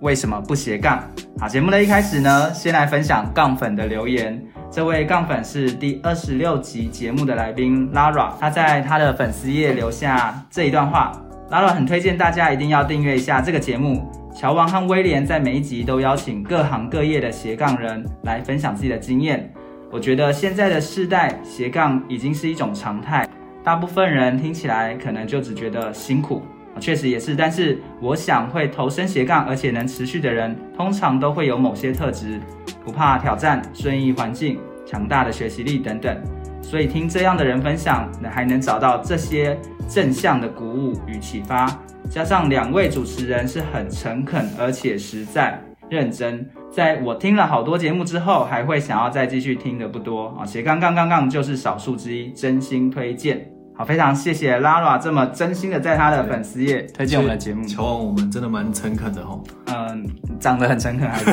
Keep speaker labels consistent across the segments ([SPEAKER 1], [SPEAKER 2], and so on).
[SPEAKER 1] 为什么不斜杠？好，节目的一开始呢，先来分享杠粉的留言。这位杠粉是第二十六集节目的来宾 Lara，他在他的粉丝页留下这一段话：Lara 很推荐大家一定要订阅一下这个节目。乔王和威廉在每一集都邀请各行各业的斜杠人来分享自己的经验。我觉得现在的世代斜杠已经是一种常态，大部分人听起来可能就只觉得辛苦，确实也是。但是我想会投身斜杠，而且能持续的人，通常都会有某些特质，不怕挑战、顺应环境、强大的学习力等等。所以听这样的人分享，还能找到这些正向的鼓舞与启发。加上两位主持人是很诚恳，而且实在认真。在我听了好多节目之后，还会想要再继续听的不多啊。斜杠杠杠杠就是少数之一，真心推荐。好，非常谢谢 Lara 这么真心的在她的粉丝页推荐我们的节目。
[SPEAKER 2] 乔王，我们真的蛮诚恳的吼，
[SPEAKER 1] 嗯，长得很诚恳，还是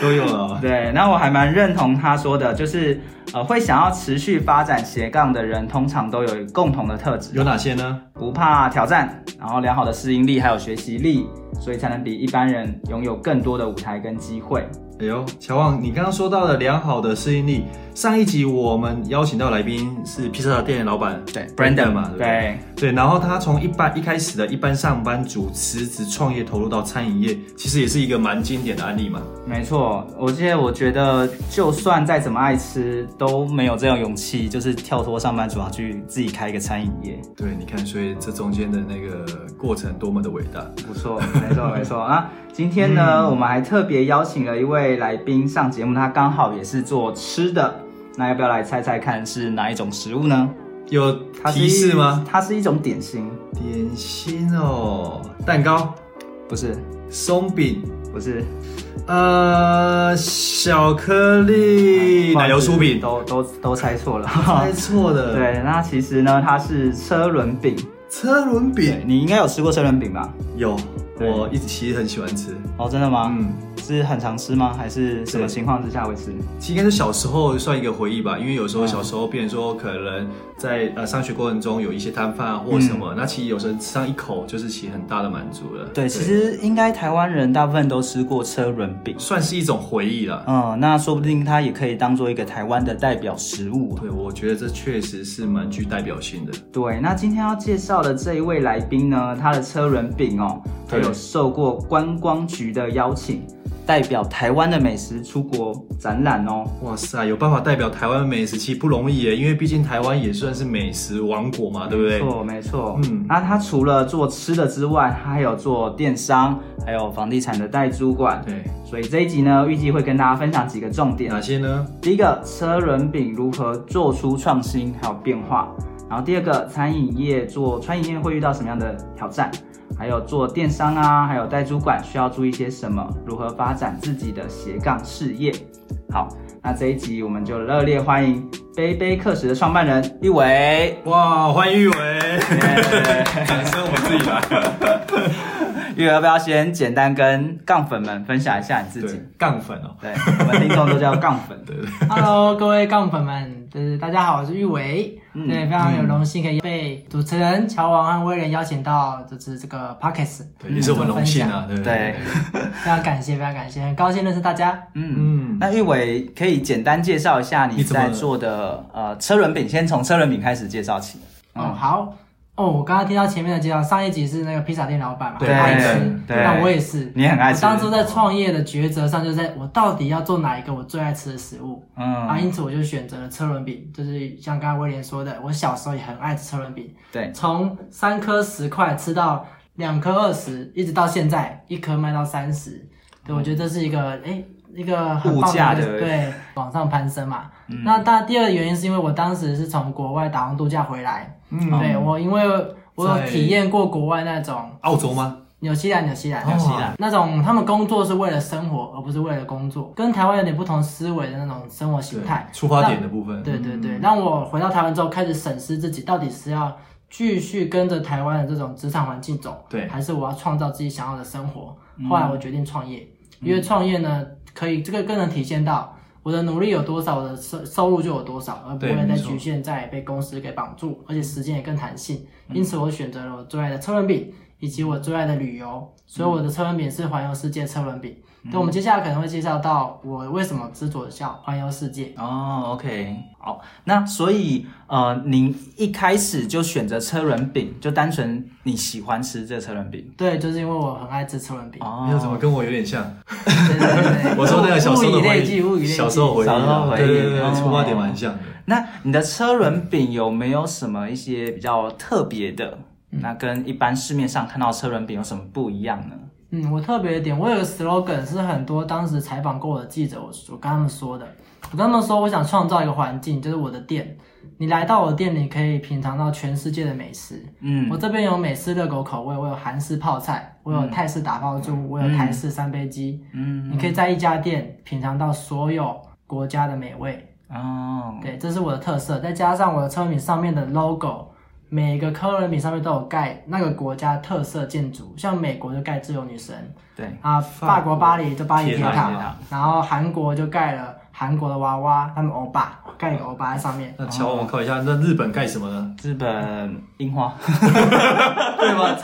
[SPEAKER 2] 都有了。
[SPEAKER 1] 对。那我还蛮认同他说的，就是呃，会想要持续发展斜杠的人，通常都有共同的特质，
[SPEAKER 2] 有哪些呢？
[SPEAKER 1] 不怕挑战，然后良好的适应力还有学习力，所以才能比一般人拥有更多的舞台跟机会。
[SPEAKER 2] 哎呦，乔旺，你刚刚说到的良好的适应力，上一集我们邀请到来宾是披萨店的老板
[SPEAKER 1] 对
[SPEAKER 2] Brandon 嘛，对不对？
[SPEAKER 1] 对，
[SPEAKER 2] 对，然后他从一般一开始的一般上班族辞职创业，投入到餐饮业，其实也是一个蛮经典的案例嘛。
[SPEAKER 1] 没错。我记得，我觉得就算再怎么爱吃，都没有这种勇气，就是跳脱上班族啊，去自己开一个餐饮业。
[SPEAKER 2] 对，你看，所以这中间的那个过程多么的伟大。
[SPEAKER 1] 不错，没错，没错啊！
[SPEAKER 3] 嗯
[SPEAKER 1] 今天呢，我们还特别邀请了一位来宾上节目，他刚好也是做吃的，那要不要来猜猜看是哪一种食物呢？
[SPEAKER 2] 有
[SPEAKER 1] 它是一
[SPEAKER 2] 提示吗？？
[SPEAKER 1] 它是一种点心，
[SPEAKER 2] 点心哦，蛋糕、
[SPEAKER 1] 不是，
[SPEAKER 2] 松饼，
[SPEAKER 1] 不是。
[SPEAKER 2] 呃，小颗粒、
[SPEAKER 1] 不好
[SPEAKER 2] 奶
[SPEAKER 1] 意思
[SPEAKER 2] 油酥饼，
[SPEAKER 1] 都都都猜错 了。
[SPEAKER 2] 猜错了。，
[SPEAKER 1] 对，那其实呢，它是车轮饼，
[SPEAKER 2] 车轮饼
[SPEAKER 1] 你应该有吃过车轮饼吧？
[SPEAKER 2] 有，
[SPEAKER 1] 对
[SPEAKER 2] 我一直其实很喜欢吃。
[SPEAKER 1] 哦，真的吗？
[SPEAKER 2] 嗯，
[SPEAKER 1] 是很常吃吗？还是什么
[SPEAKER 2] 对
[SPEAKER 1] 情况之下会吃？
[SPEAKER 2] 其实应该是小时候算一个回忆吧，因为有时候小时候，变成说可能在呃上学过程中有一些摊贩啊或什么，那其实有时候吃上一口就是其实很大的满足了。
[SPEAKER 3] 对，其实应该台湾人大部分都吃过车轮饼，
[SPEAKER 2] 算是一种回忆啦。
[SPEAKER 3] 嗯，那说不定它也可以当做一个台湾的代表食物啊。
[SPEAKER 2] 对，我觉得这确实是蛮具代表性的。
[SPEAKER 1] 对，那今天要介绍的这一位来宾呢，他的车轮饼哦，他
[SPEAKER 2] 对
[SPEAKER 1] 有受过观光局的邀请，代表台湾的美食出国展览哦。
[SPEAKER 2] 哇塞，有办法代表台湾美食，其实不容易耶，因为毕竟台湾也算是美食王国嘛，对不
[SPEAKER 1] 没
[SPEAKER 2] 对？
[SPEAKER 1] 错，没错。嗯
[SPEAKER 2] 嗯，
[SPEAKER 1] 那他除了做吃的之外，他还有做电商，还有房地产的代租管。
[SPEAKER 2] 对，
[SPEAKER 1] 所以这一集呢，预计会跟大家分享几个重点。
[SPEAKER 2] 哪些呢？
[SPEAKER 1] 第一个，车轮饼如何做出创新还有变化；然后第二个，餐饮业做餐饮业会遇到什么样的挑战；还有做电商啊，还有代主管需要注意些什么，如何发展自己的斜杠事业。好，那这一集我们就热烈欢迎杯杯课时的创办人一伟。
[SPEAKER 2] 哇，欢迎玉伟， 掌声我们自己来。
[SPEAKER 1] 玉伟要不要先简单跟杠粉们分享一下你自己
[SPEAKER 2] 对？，杠粉哦，
[SPEAKER 1] 对，我们听众都叫杠粉。
[SPEAKER 2] 对对
[SPEAKER 4] Hello，各位杠粉们，就是大家好，我是玉伟。
[SPEAKER 1] 嗯
[SPEAKER 4] 对，非常有荣幸可以被主持人乔王和威廉邀请到，就是这个 Pockets，
[SPEAKER 2] 对，也是我们荣幸啊，对不
[SPEAKER 1] 对，
[SPEAKER 4] 非常感谢，非常感谢，很高兴认识大家。
[SPEAKER 1] 嗯。
[SPEAKER 2] 嗯，
[SPEAKER 1] 那玉伟可以简单介绍一下你
[SPEAKER 2] 你怎么
[SPEAKER 1] 在做的呃车轮饼，先从车轮饼开始介绍起。
[SPEAKER 4] 哦，好，哦，我刚刚听到前面的介绍，上一集是那个披萨店老板嘛，
[SPEAKER 2] 对
[SPEAKER 4] 爱吃
[SPEAKER 1] 对，对
[SPEAKER 4] 那我也是。
[SPEAKER 1] 嗯你很爱
[SPEAKER 4] 我
[SPEAKER 1] 吃，
[SPEAKER 4] 当初在创业的抉择上，就是在我到底要做哪一个我最爱吃的食物啊，
[SPEAKER 1] 嗯，
[SPEAKER 4] 因此我就选择了车轮饼，就是像刚刚威廉说的，我小时候也很爱吃车轮饼，
[SPEAKER 1] 对，
[SPEAKER 4] 从三颗十块吃到两颗二十，一直到现在一颗卖到三十，对我觉得这是一个哎一个很棒
[SPEAKER 1] 物价
[SPEAKER 4] 的一个
[SPEAKER 1] 的嗯
[SPEAKER 4] 对往上攀升嘛。那当然第二个原因是因为我当时是从国外打工度假回来，
[SPEAKER 1] 嗯哦
[SPEAKER 4] 对我因为我有
[SPEAKER 2] 在
[SPEAKER 4] 体验过国外那种
[SPEAKER 2] 澳洲吗？
[SPEAKER 4] 纽西兰纽西兰
[SPEAKER 2] 纽
[SPEAKER 1] 哦
[SPEAKER 2] 西兰
[SPEAKER 4] 那种他们工作是为了生活而不是为了工作，跟台湾有点不同思维的那种生活形态。
[SPEAKER 2] 出发点的部分，
[SPEAKER 4] 对对对，让我回到台湾之后，开始审视自己到底是要继续跟着台湾的这种职场环境走，
[SPEAKER 2] 对嗯
[SPEAKER 4] 还是我要创造自己想要的生活。后来我决定创业，因为创业呢，可以这个更能体现到我的努力有多少，我的收收入就有多少，而不
[SPEAKER 2] 对
[SPEAKER 4] 会
[SPEAKER 2] 没
[SPEAKER 4] 再
[SPEAKER 2] 错嗯
[SPEAKER 4] 局限在被公司给绑住，而且时间也更弹性。因此，我选择了我最爱的车轮饼，以及我最爱的旅
[SPEAKER 2] 嗯
[SPEAKER 4] 游，所以我的车轮饼是环游世界车轮饼。那、我们接下来可能会介绍到我为什么执着下环游世界。
[SPEAKER 1] 哦，OK，好，那所以呃，您一开始就选择车轮饼，就单纯你喜欢吃这车轮饼
[SPEAKER 4] 对，就是因为我很爱吃车轮饼。
[SPEAKER 1] 哦
[SPEAKER 2] 你有怎么跟我有点像？
[SPEAKER 4] 对对对对
[SPEAKER 2] 我说那个小时候的
[SPEAKER 4] 物以
[SPEAKER 2] 回
[SPEAKER 4] 类聚，物以
[SPEAKER 2] 忆，
[SPEAKER 4] 类聚。
[SPEAKER 2] 小时候回忆
[SPEAKER 1] 小时候
[SPEAKER 2] 啊，
[SPEAKER 1] 回忆
[SPEAKER 2] 对对对，
[SPEAKER 1] 哦
[SPEAKER 2] 出发点蛮像的。
[SPEAKER 1] 那你的车轮饼有没有什么一些比较特别的？那跟一般市面上看到的车轮饼有什么不一样呢？
[SPEAKER 4] 嗯，我特别一点，我有个 slogan 是很多当时采访过我的记者，我我跟他们说的，我跟他们说我想创造一个环境，就是我的店，你来到我的店，你可以品尝到全世界的美食。
[SPEAKER 1] 嗯
[SPEAKER 4] 我这边有美式热狗口味，我有韩式泡菜，我有泰式打泡猪，我有台式三杯鸡。
[SPEAKER 1] 嗯，
[SPEAKER 4] 你可以在一家店品尝到所有国家的美味。
[SPEAKER 1] 哦，
[SPEAKER 4] 对，这是我的特色，再加上我的车轮饼上面的 logo，每个车轮饼上面都有盖那个国家特色建筑，像美国就盖自由女神
[SPEAKER 1] 对，
[SPEAKER 4] 啊，法国巴黎就巴黎铁
[SPEAKER 2] 铁塔
[SPEAKER 4] 塔
[SPEAKER 2] 铁
[SPEAKER 4] 嘛，然后韩国就盖了韩国的娃娃，他们欧巴盖一个欧巴在上面，
[SPEAKER 2] 那乔王，我考一下，那日本盖什么呢？
[SPEAKER 1] 日本樱花，
[SPEAKER 2] 对啊吗？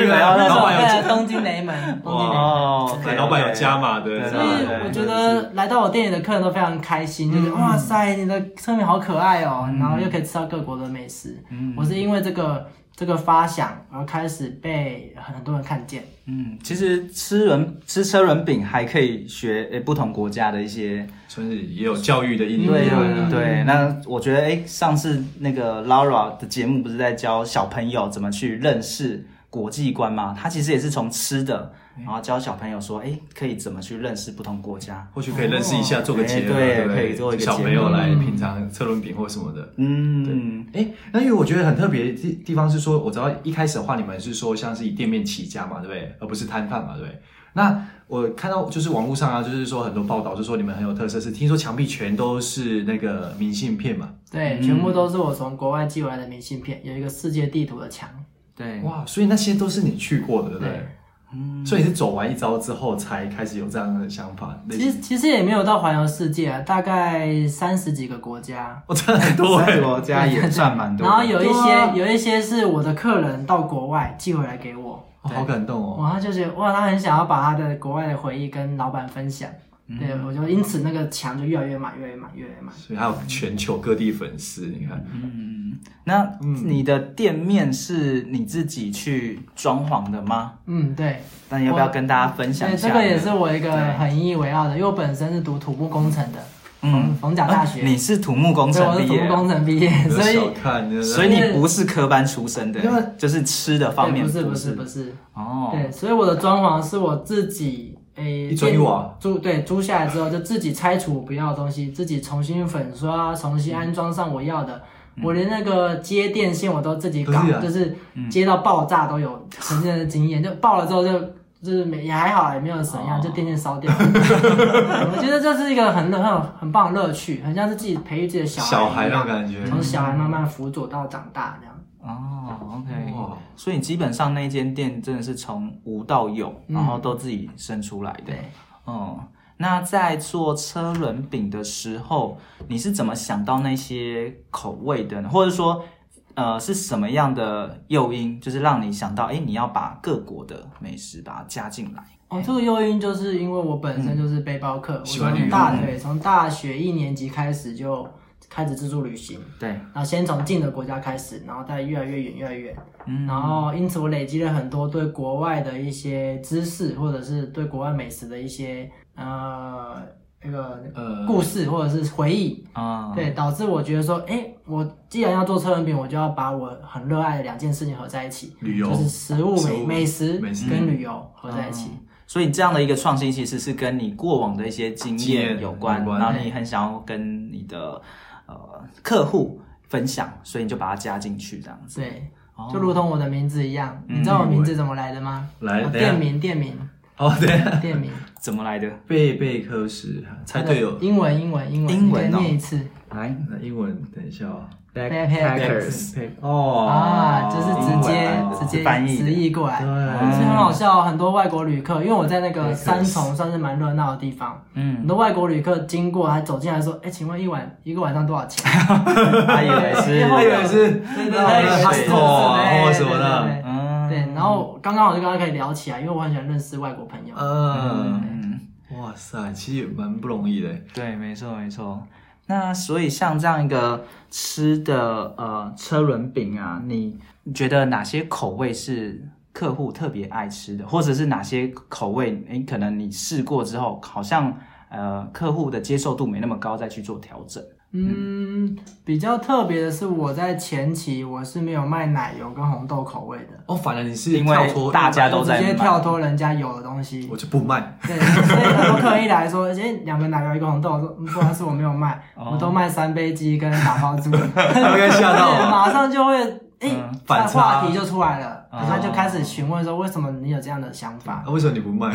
[SPEAKER 1] 日
[SPEAKER 2] 个
[SPEAKER 1] 本要
[SPEAKER 2] 老
[SPEAKER 4] 我
[SPEAKER 2] 板有
[SPEAKER 4] 盖了
[SPEAKER 2] 加
[SPEAKER 4] 东京雷门，东京雷门。
[SPEAKER 1] 哦
[SPEAKER 2] 对老板有加码的，
[SPEAKER 1] 对
[SPEAKER 4] 所以
[SPEAKER 1] 对嗯
[SPEAKER 4] 我觉得来到我店里的客人都非常开心，就是哇塞，你的车面好可爱哦，然后又可以吃到各国的美食。
[SPEAKER 1] 嗯
[SPEAKER 4] 我是因为这个这个发想而开始被很多人看见。
[SPEAKER 1] 嗯，其实吃轮吃车轮饼还可以学诶不同国家的一些，
[SPEAKER 2] 所以也有教育的意义。
[SPEAKER 1] 对
[SPEAKER 4] 嗯
[SPEAKER 1] 对。那我觉得诶，上次那个 Laura 的节目不是在教小朋友怎么去认识国际观吗？他其实也是从吃的，然后教小朋友说，诶，可以怎么去认识不同国家。
[SPEAKER 2] 或许可以认识一下，做个结合，
[SPEAKER 1] 哎对
[SPEAKER 2] 对不对，
[SPEAKER 1] 可以做一个
[SPEAKER 2] 小
[SPEAKER 1] 结合
[SPEAKER 2] 朋友来品尝车轮饼或什么的。
[SPEAKER 1] 嗯，
[SPEAKER 2] 哎，那因为我觉得很特别的地地方是说，我知道一开始的话，你们是说像是以店面起家嘛，对不对？而不是摊贩嘛，对不对？那我看到就是网络上啊，就是说很多报道，就说你们很有特色，是听说墙壁全都是那个明信片嘛？
[SPEAKER 4] 对，
[SPEAKER 1] 嗯
[SPEAKER 4] 全部都是我从国外寄回来的明信片，有一个世界地图的墙。
[SPEAKER 1] 对，
[SPEAKER 2] 哇，所以那些都是你去过的，对不对
[SPEAKER 4] 对？
[SPEAKER 2] 嗯，所以你是走完一遭之后才开始有这样的想法。类似
[SPEAKER 4] 其实其实也没有到环游世界啊，大概三十几个国家，
[SPEAKER 2] 我真的很多哎、
[SPEAKER 1] 国家也算蛮多的。
[SPEAKER 4] 然后有一
[SPEAKER 2] 对
[SPEAKER 4] 些
[SPEAKER 2] 啊
[SPEAKER 4] 有一些是我的客人到国外寄回来给我，
[SPEAKER 2] 哦好感动哦。
[SPEAKER 4] 哇，他就觉得哇，他很想要把他的国外的回忆跟老板分享。
[SPEAKER 1] 嗯
[SPEAKER 4] 对，我就因此那个墙就越来越满，越来越满，越来越满。
[SPEAKER 2] 所以还有全球各地粉丝，你看，
[SPEAKER 4] 嗯
[SPEAKER 1] 那你的店面是你自己去装潢的吗？
[SPEAKER 4] 嗯，对，
[SPEAKER 1] 那你要不要
[SPEAKER 4] 我
[SPEAKER 1] 跟大家分享一
[SPEAKER 4] 对，
[SPEAKER 1] 下
[SPEAKER 4] 这
[SPEAKER 1] 呢？
[SPEAKER 4] 个也是我一个很引以为傲的，因为我本身是读土木工程的，嗯，逢甲大学，
[SPEAKER 1] 啊你是土木工
[SPEAKER 4] 对，我
[SPEAKER 1] 程
[SPEAKER 4] 是
[SPEAKER 1] 毕
[SPEAKER 4] 土
[SPEAKER 1] 业
[SPEAKER 4] 木，工程毕业，所以
[SPEAKER 2] 小看，对不对
[SPEAKER 1] 所以你不是科班出身的
[SPEAKER 2] 因为，
[SPEAKER 1] 就是吃的方面
[SPEAKER 4] 对不是不是
[SPEAKER 1] 是
[SPEAKER 4] 不是，
[SPEAKER 1] 哦，
[SPEAKER 4] 对，所以我的装潢是我自己诶，
[SPEAKER 2] 一砖一瓦
[SPEAKER 4] 租对租下来之后就自己拆除我不要的东西，自己重新粉刷，重新安装上我要的。我连那个接电线我都自己搞，
[SPEAKER 2] 嗯都是啊
[SPEAKER 4] 就是接到爆炸都有曾经的经验，就爆了之后就就是没也还好，也没有怎
[SPEAKER 2] 哦
[SPEAKER 4] 样，就电线烧掉了。 我觉得这是一个很很有很棒的乐趣，很像是自己培育自己的小孩
[SPEAKER 2] 小孩
[SPEAKER 4] 一
[SPEAKER 2] 那
[SPEAKER 4] 样
[SPEAKER 2] 种感觉，
[SPEAKER 4] 从小孩慢慢辅佐到长大这样。
[SPEAKER 1] 哦
[SPEAKER 2] 哇
[SPEAKER 1] ，OK，所以你基本上那间店真的是从无到有，然后都自己生出来的
[SPEAKER 4] 嗯对。
[SPEAKER 1] 嗯，那在做车轮饼的时候，你是怎么想到那些口味的呢？或者说，呃，是什么样的诱因，就是让你想到，哎，你要把各国的美食把它加进来？
[SPEAKER 4] 哦，这个诱因就是因为我本身就是背包客，我
[SPEAKER 2] 嗯喜欢旅
[SPEAKER 4] 从
[SPEAKER 2] 游
[SPEAKER 4] 大对从大学一年级开始就开始自助旅行，
[SPEAKER 1] 对，
[SPEAKER 4] 然后先从近的国家开始，然后再越来越远，越来越远。
[SPEAKER 1] 嗯
[SPEAKER 4] 然后因此我累积了很多对国外的一些知识，或者是对国外美食的一些呃那个
[SPEAKER 2] 呃
[SPEAKER 4] 故事或者是回忆，
[SPEAKER 2] 嗯
[SPEAKER 1] 啊，
[SPEAKER 4] 对，导致我觉得说，哎，我既然要做车轮饼，我就要把我很热爱的两件事情合在一起，
[SPEAKER 2] 旅游
[SPEAKER 4] 就是食物
[SPEAKER 2] 食
[SPEAKER 4] 美
[SPEAKER 2] 物嗯
[SPEAKER 4] 美食
[SPEAKER 2] 美食
[SPEAKER 4] 跟旅游合在一起。
[SPEAKER 1] 所以这样的一个创新其实是跟你过往的一些经
[SPEAKER 2] 经验
[SPEAKER 1] 验有关，
[SPEAKER 2] 有关
[SPEAKER 1] 然后你很想要跟你的呃客户分享，所以你就把它加进去这样子。
[SPEAKER 4] 对，
[SPEAKER 1] 哦
[SPEAKER 4] 就如同我的名字一样，你知道我名字怎么来的吗？
[SPEAKER 2] 来
[SPEAKER 4] 啊
[SPEAKER 2] 等一下
[SPEAKER 4] 店名，店名，
[SPEAKER 2] 哦， 对，
[SPEAKER 4] 店名，
[SPEAKER 1] 怎么来的？
[SPEAKER 2] 贝贝克斯猜对哦。
[SPEAKER 4] 英文，英文，英文，
[SPEAKER 1] 英文哦
[SPEAKER 4] 你再念一次
[SPEAKER 1] 来
[SPEAKER 2] 那英文等一下哦
[SPEAKER 4] Backpackers
[SPEAKER 2] 哦
[SPEAKER 4] 啊，就是直接
[SPEAKER 2] 英文
[SPEAKER 4] 直接
[SPEAKER 1] 翻译的
[SPEAKER 4] 直译过来。
[SPEAKER 2] 对
[SPEAKER 4] 其实很好笑，很多外国旅客，因为我在那个三重算是蛮热闹的地方，很
[SPEAKER 1] 嗯，
[SPEAKER 4] 多外国旅客经过还走进来说：“哎，请问一晚一个晚上多少钱？”
[SPEAKER 1] 他以为是，
[SPEAKER 4] 他以为
[SPEAKER 2] 哎是
[SPEAKER 4] 对对对，
[SPEAKER 2] 那种
[SPEAKER 4] 对
[SPEAKER 2] hostel 啊
[SPEAKER 4] 对
[SPEAKER 2] 或
[SPEAKER 4] 对
[SPEAKER 2] 什么的，
[SPEAKER 4] 对
[SPEAKER 1] 嗯，
[SPEAKER 4] 对，对然后刚刚我就跟他可以聊起来，因为我很喜欢认识外国朋友。
[SPEAKER 2] 嗯，
[SPEAKER 1] 嗯，
[SPEAKER 2] 哇塞，其实也蛮不容易的。
[SPEAKER 1] 对，没错没错。那所以像这样一个吃的呃车轮饼啊，你你觉得哪些口味是客户特别爱吃的，或者是哪些口味，诶，可能你试过之后，好像呃客户的接受度没那么高，再去做调整。
[SPEAKER 4] 嗯，比较特别的是，我在前期我是没有卖奶油跟红豆口味的，
[SPEAKER 2] 哦，反而你是
[SPEAKER 1] 因为
[SPEAKER 2] 跳脱
[SPEAKER 1] 大家都
[SPEAKER 4] 我直
[SPEAKER 1] 在
[SPEAKER 4] 接
[SPEAKER 1] 卖
[SPEAKER 4] 跳脱人家有的东西
[SPEAKER 2] 我。就不卖，
[SPEAKER 4] 对，所以很多客人一来说， 哎，两个奶油一个红豆，我说嗯不好意思，我没有卖，我都卖三杯鸡跟打包猪。
[SPEAKER 2] 他们应该哦 吓到
[SPEAKER 4] 对
[SPEAKER 2] 了。
[SPEAKER 4] 马上就会哎
[SPEAKER 1] 嗯，
[SPEAKER 4] 他
[SPEAKER 2] 反差
[SPEAKER 4] 话题就出来了，
[SPEAKER 1] 哦
[SPEAKER 4] 他就开始询问说为什么你有这样的想 法
[SPEAKER 2] 啊？为什么你不卖？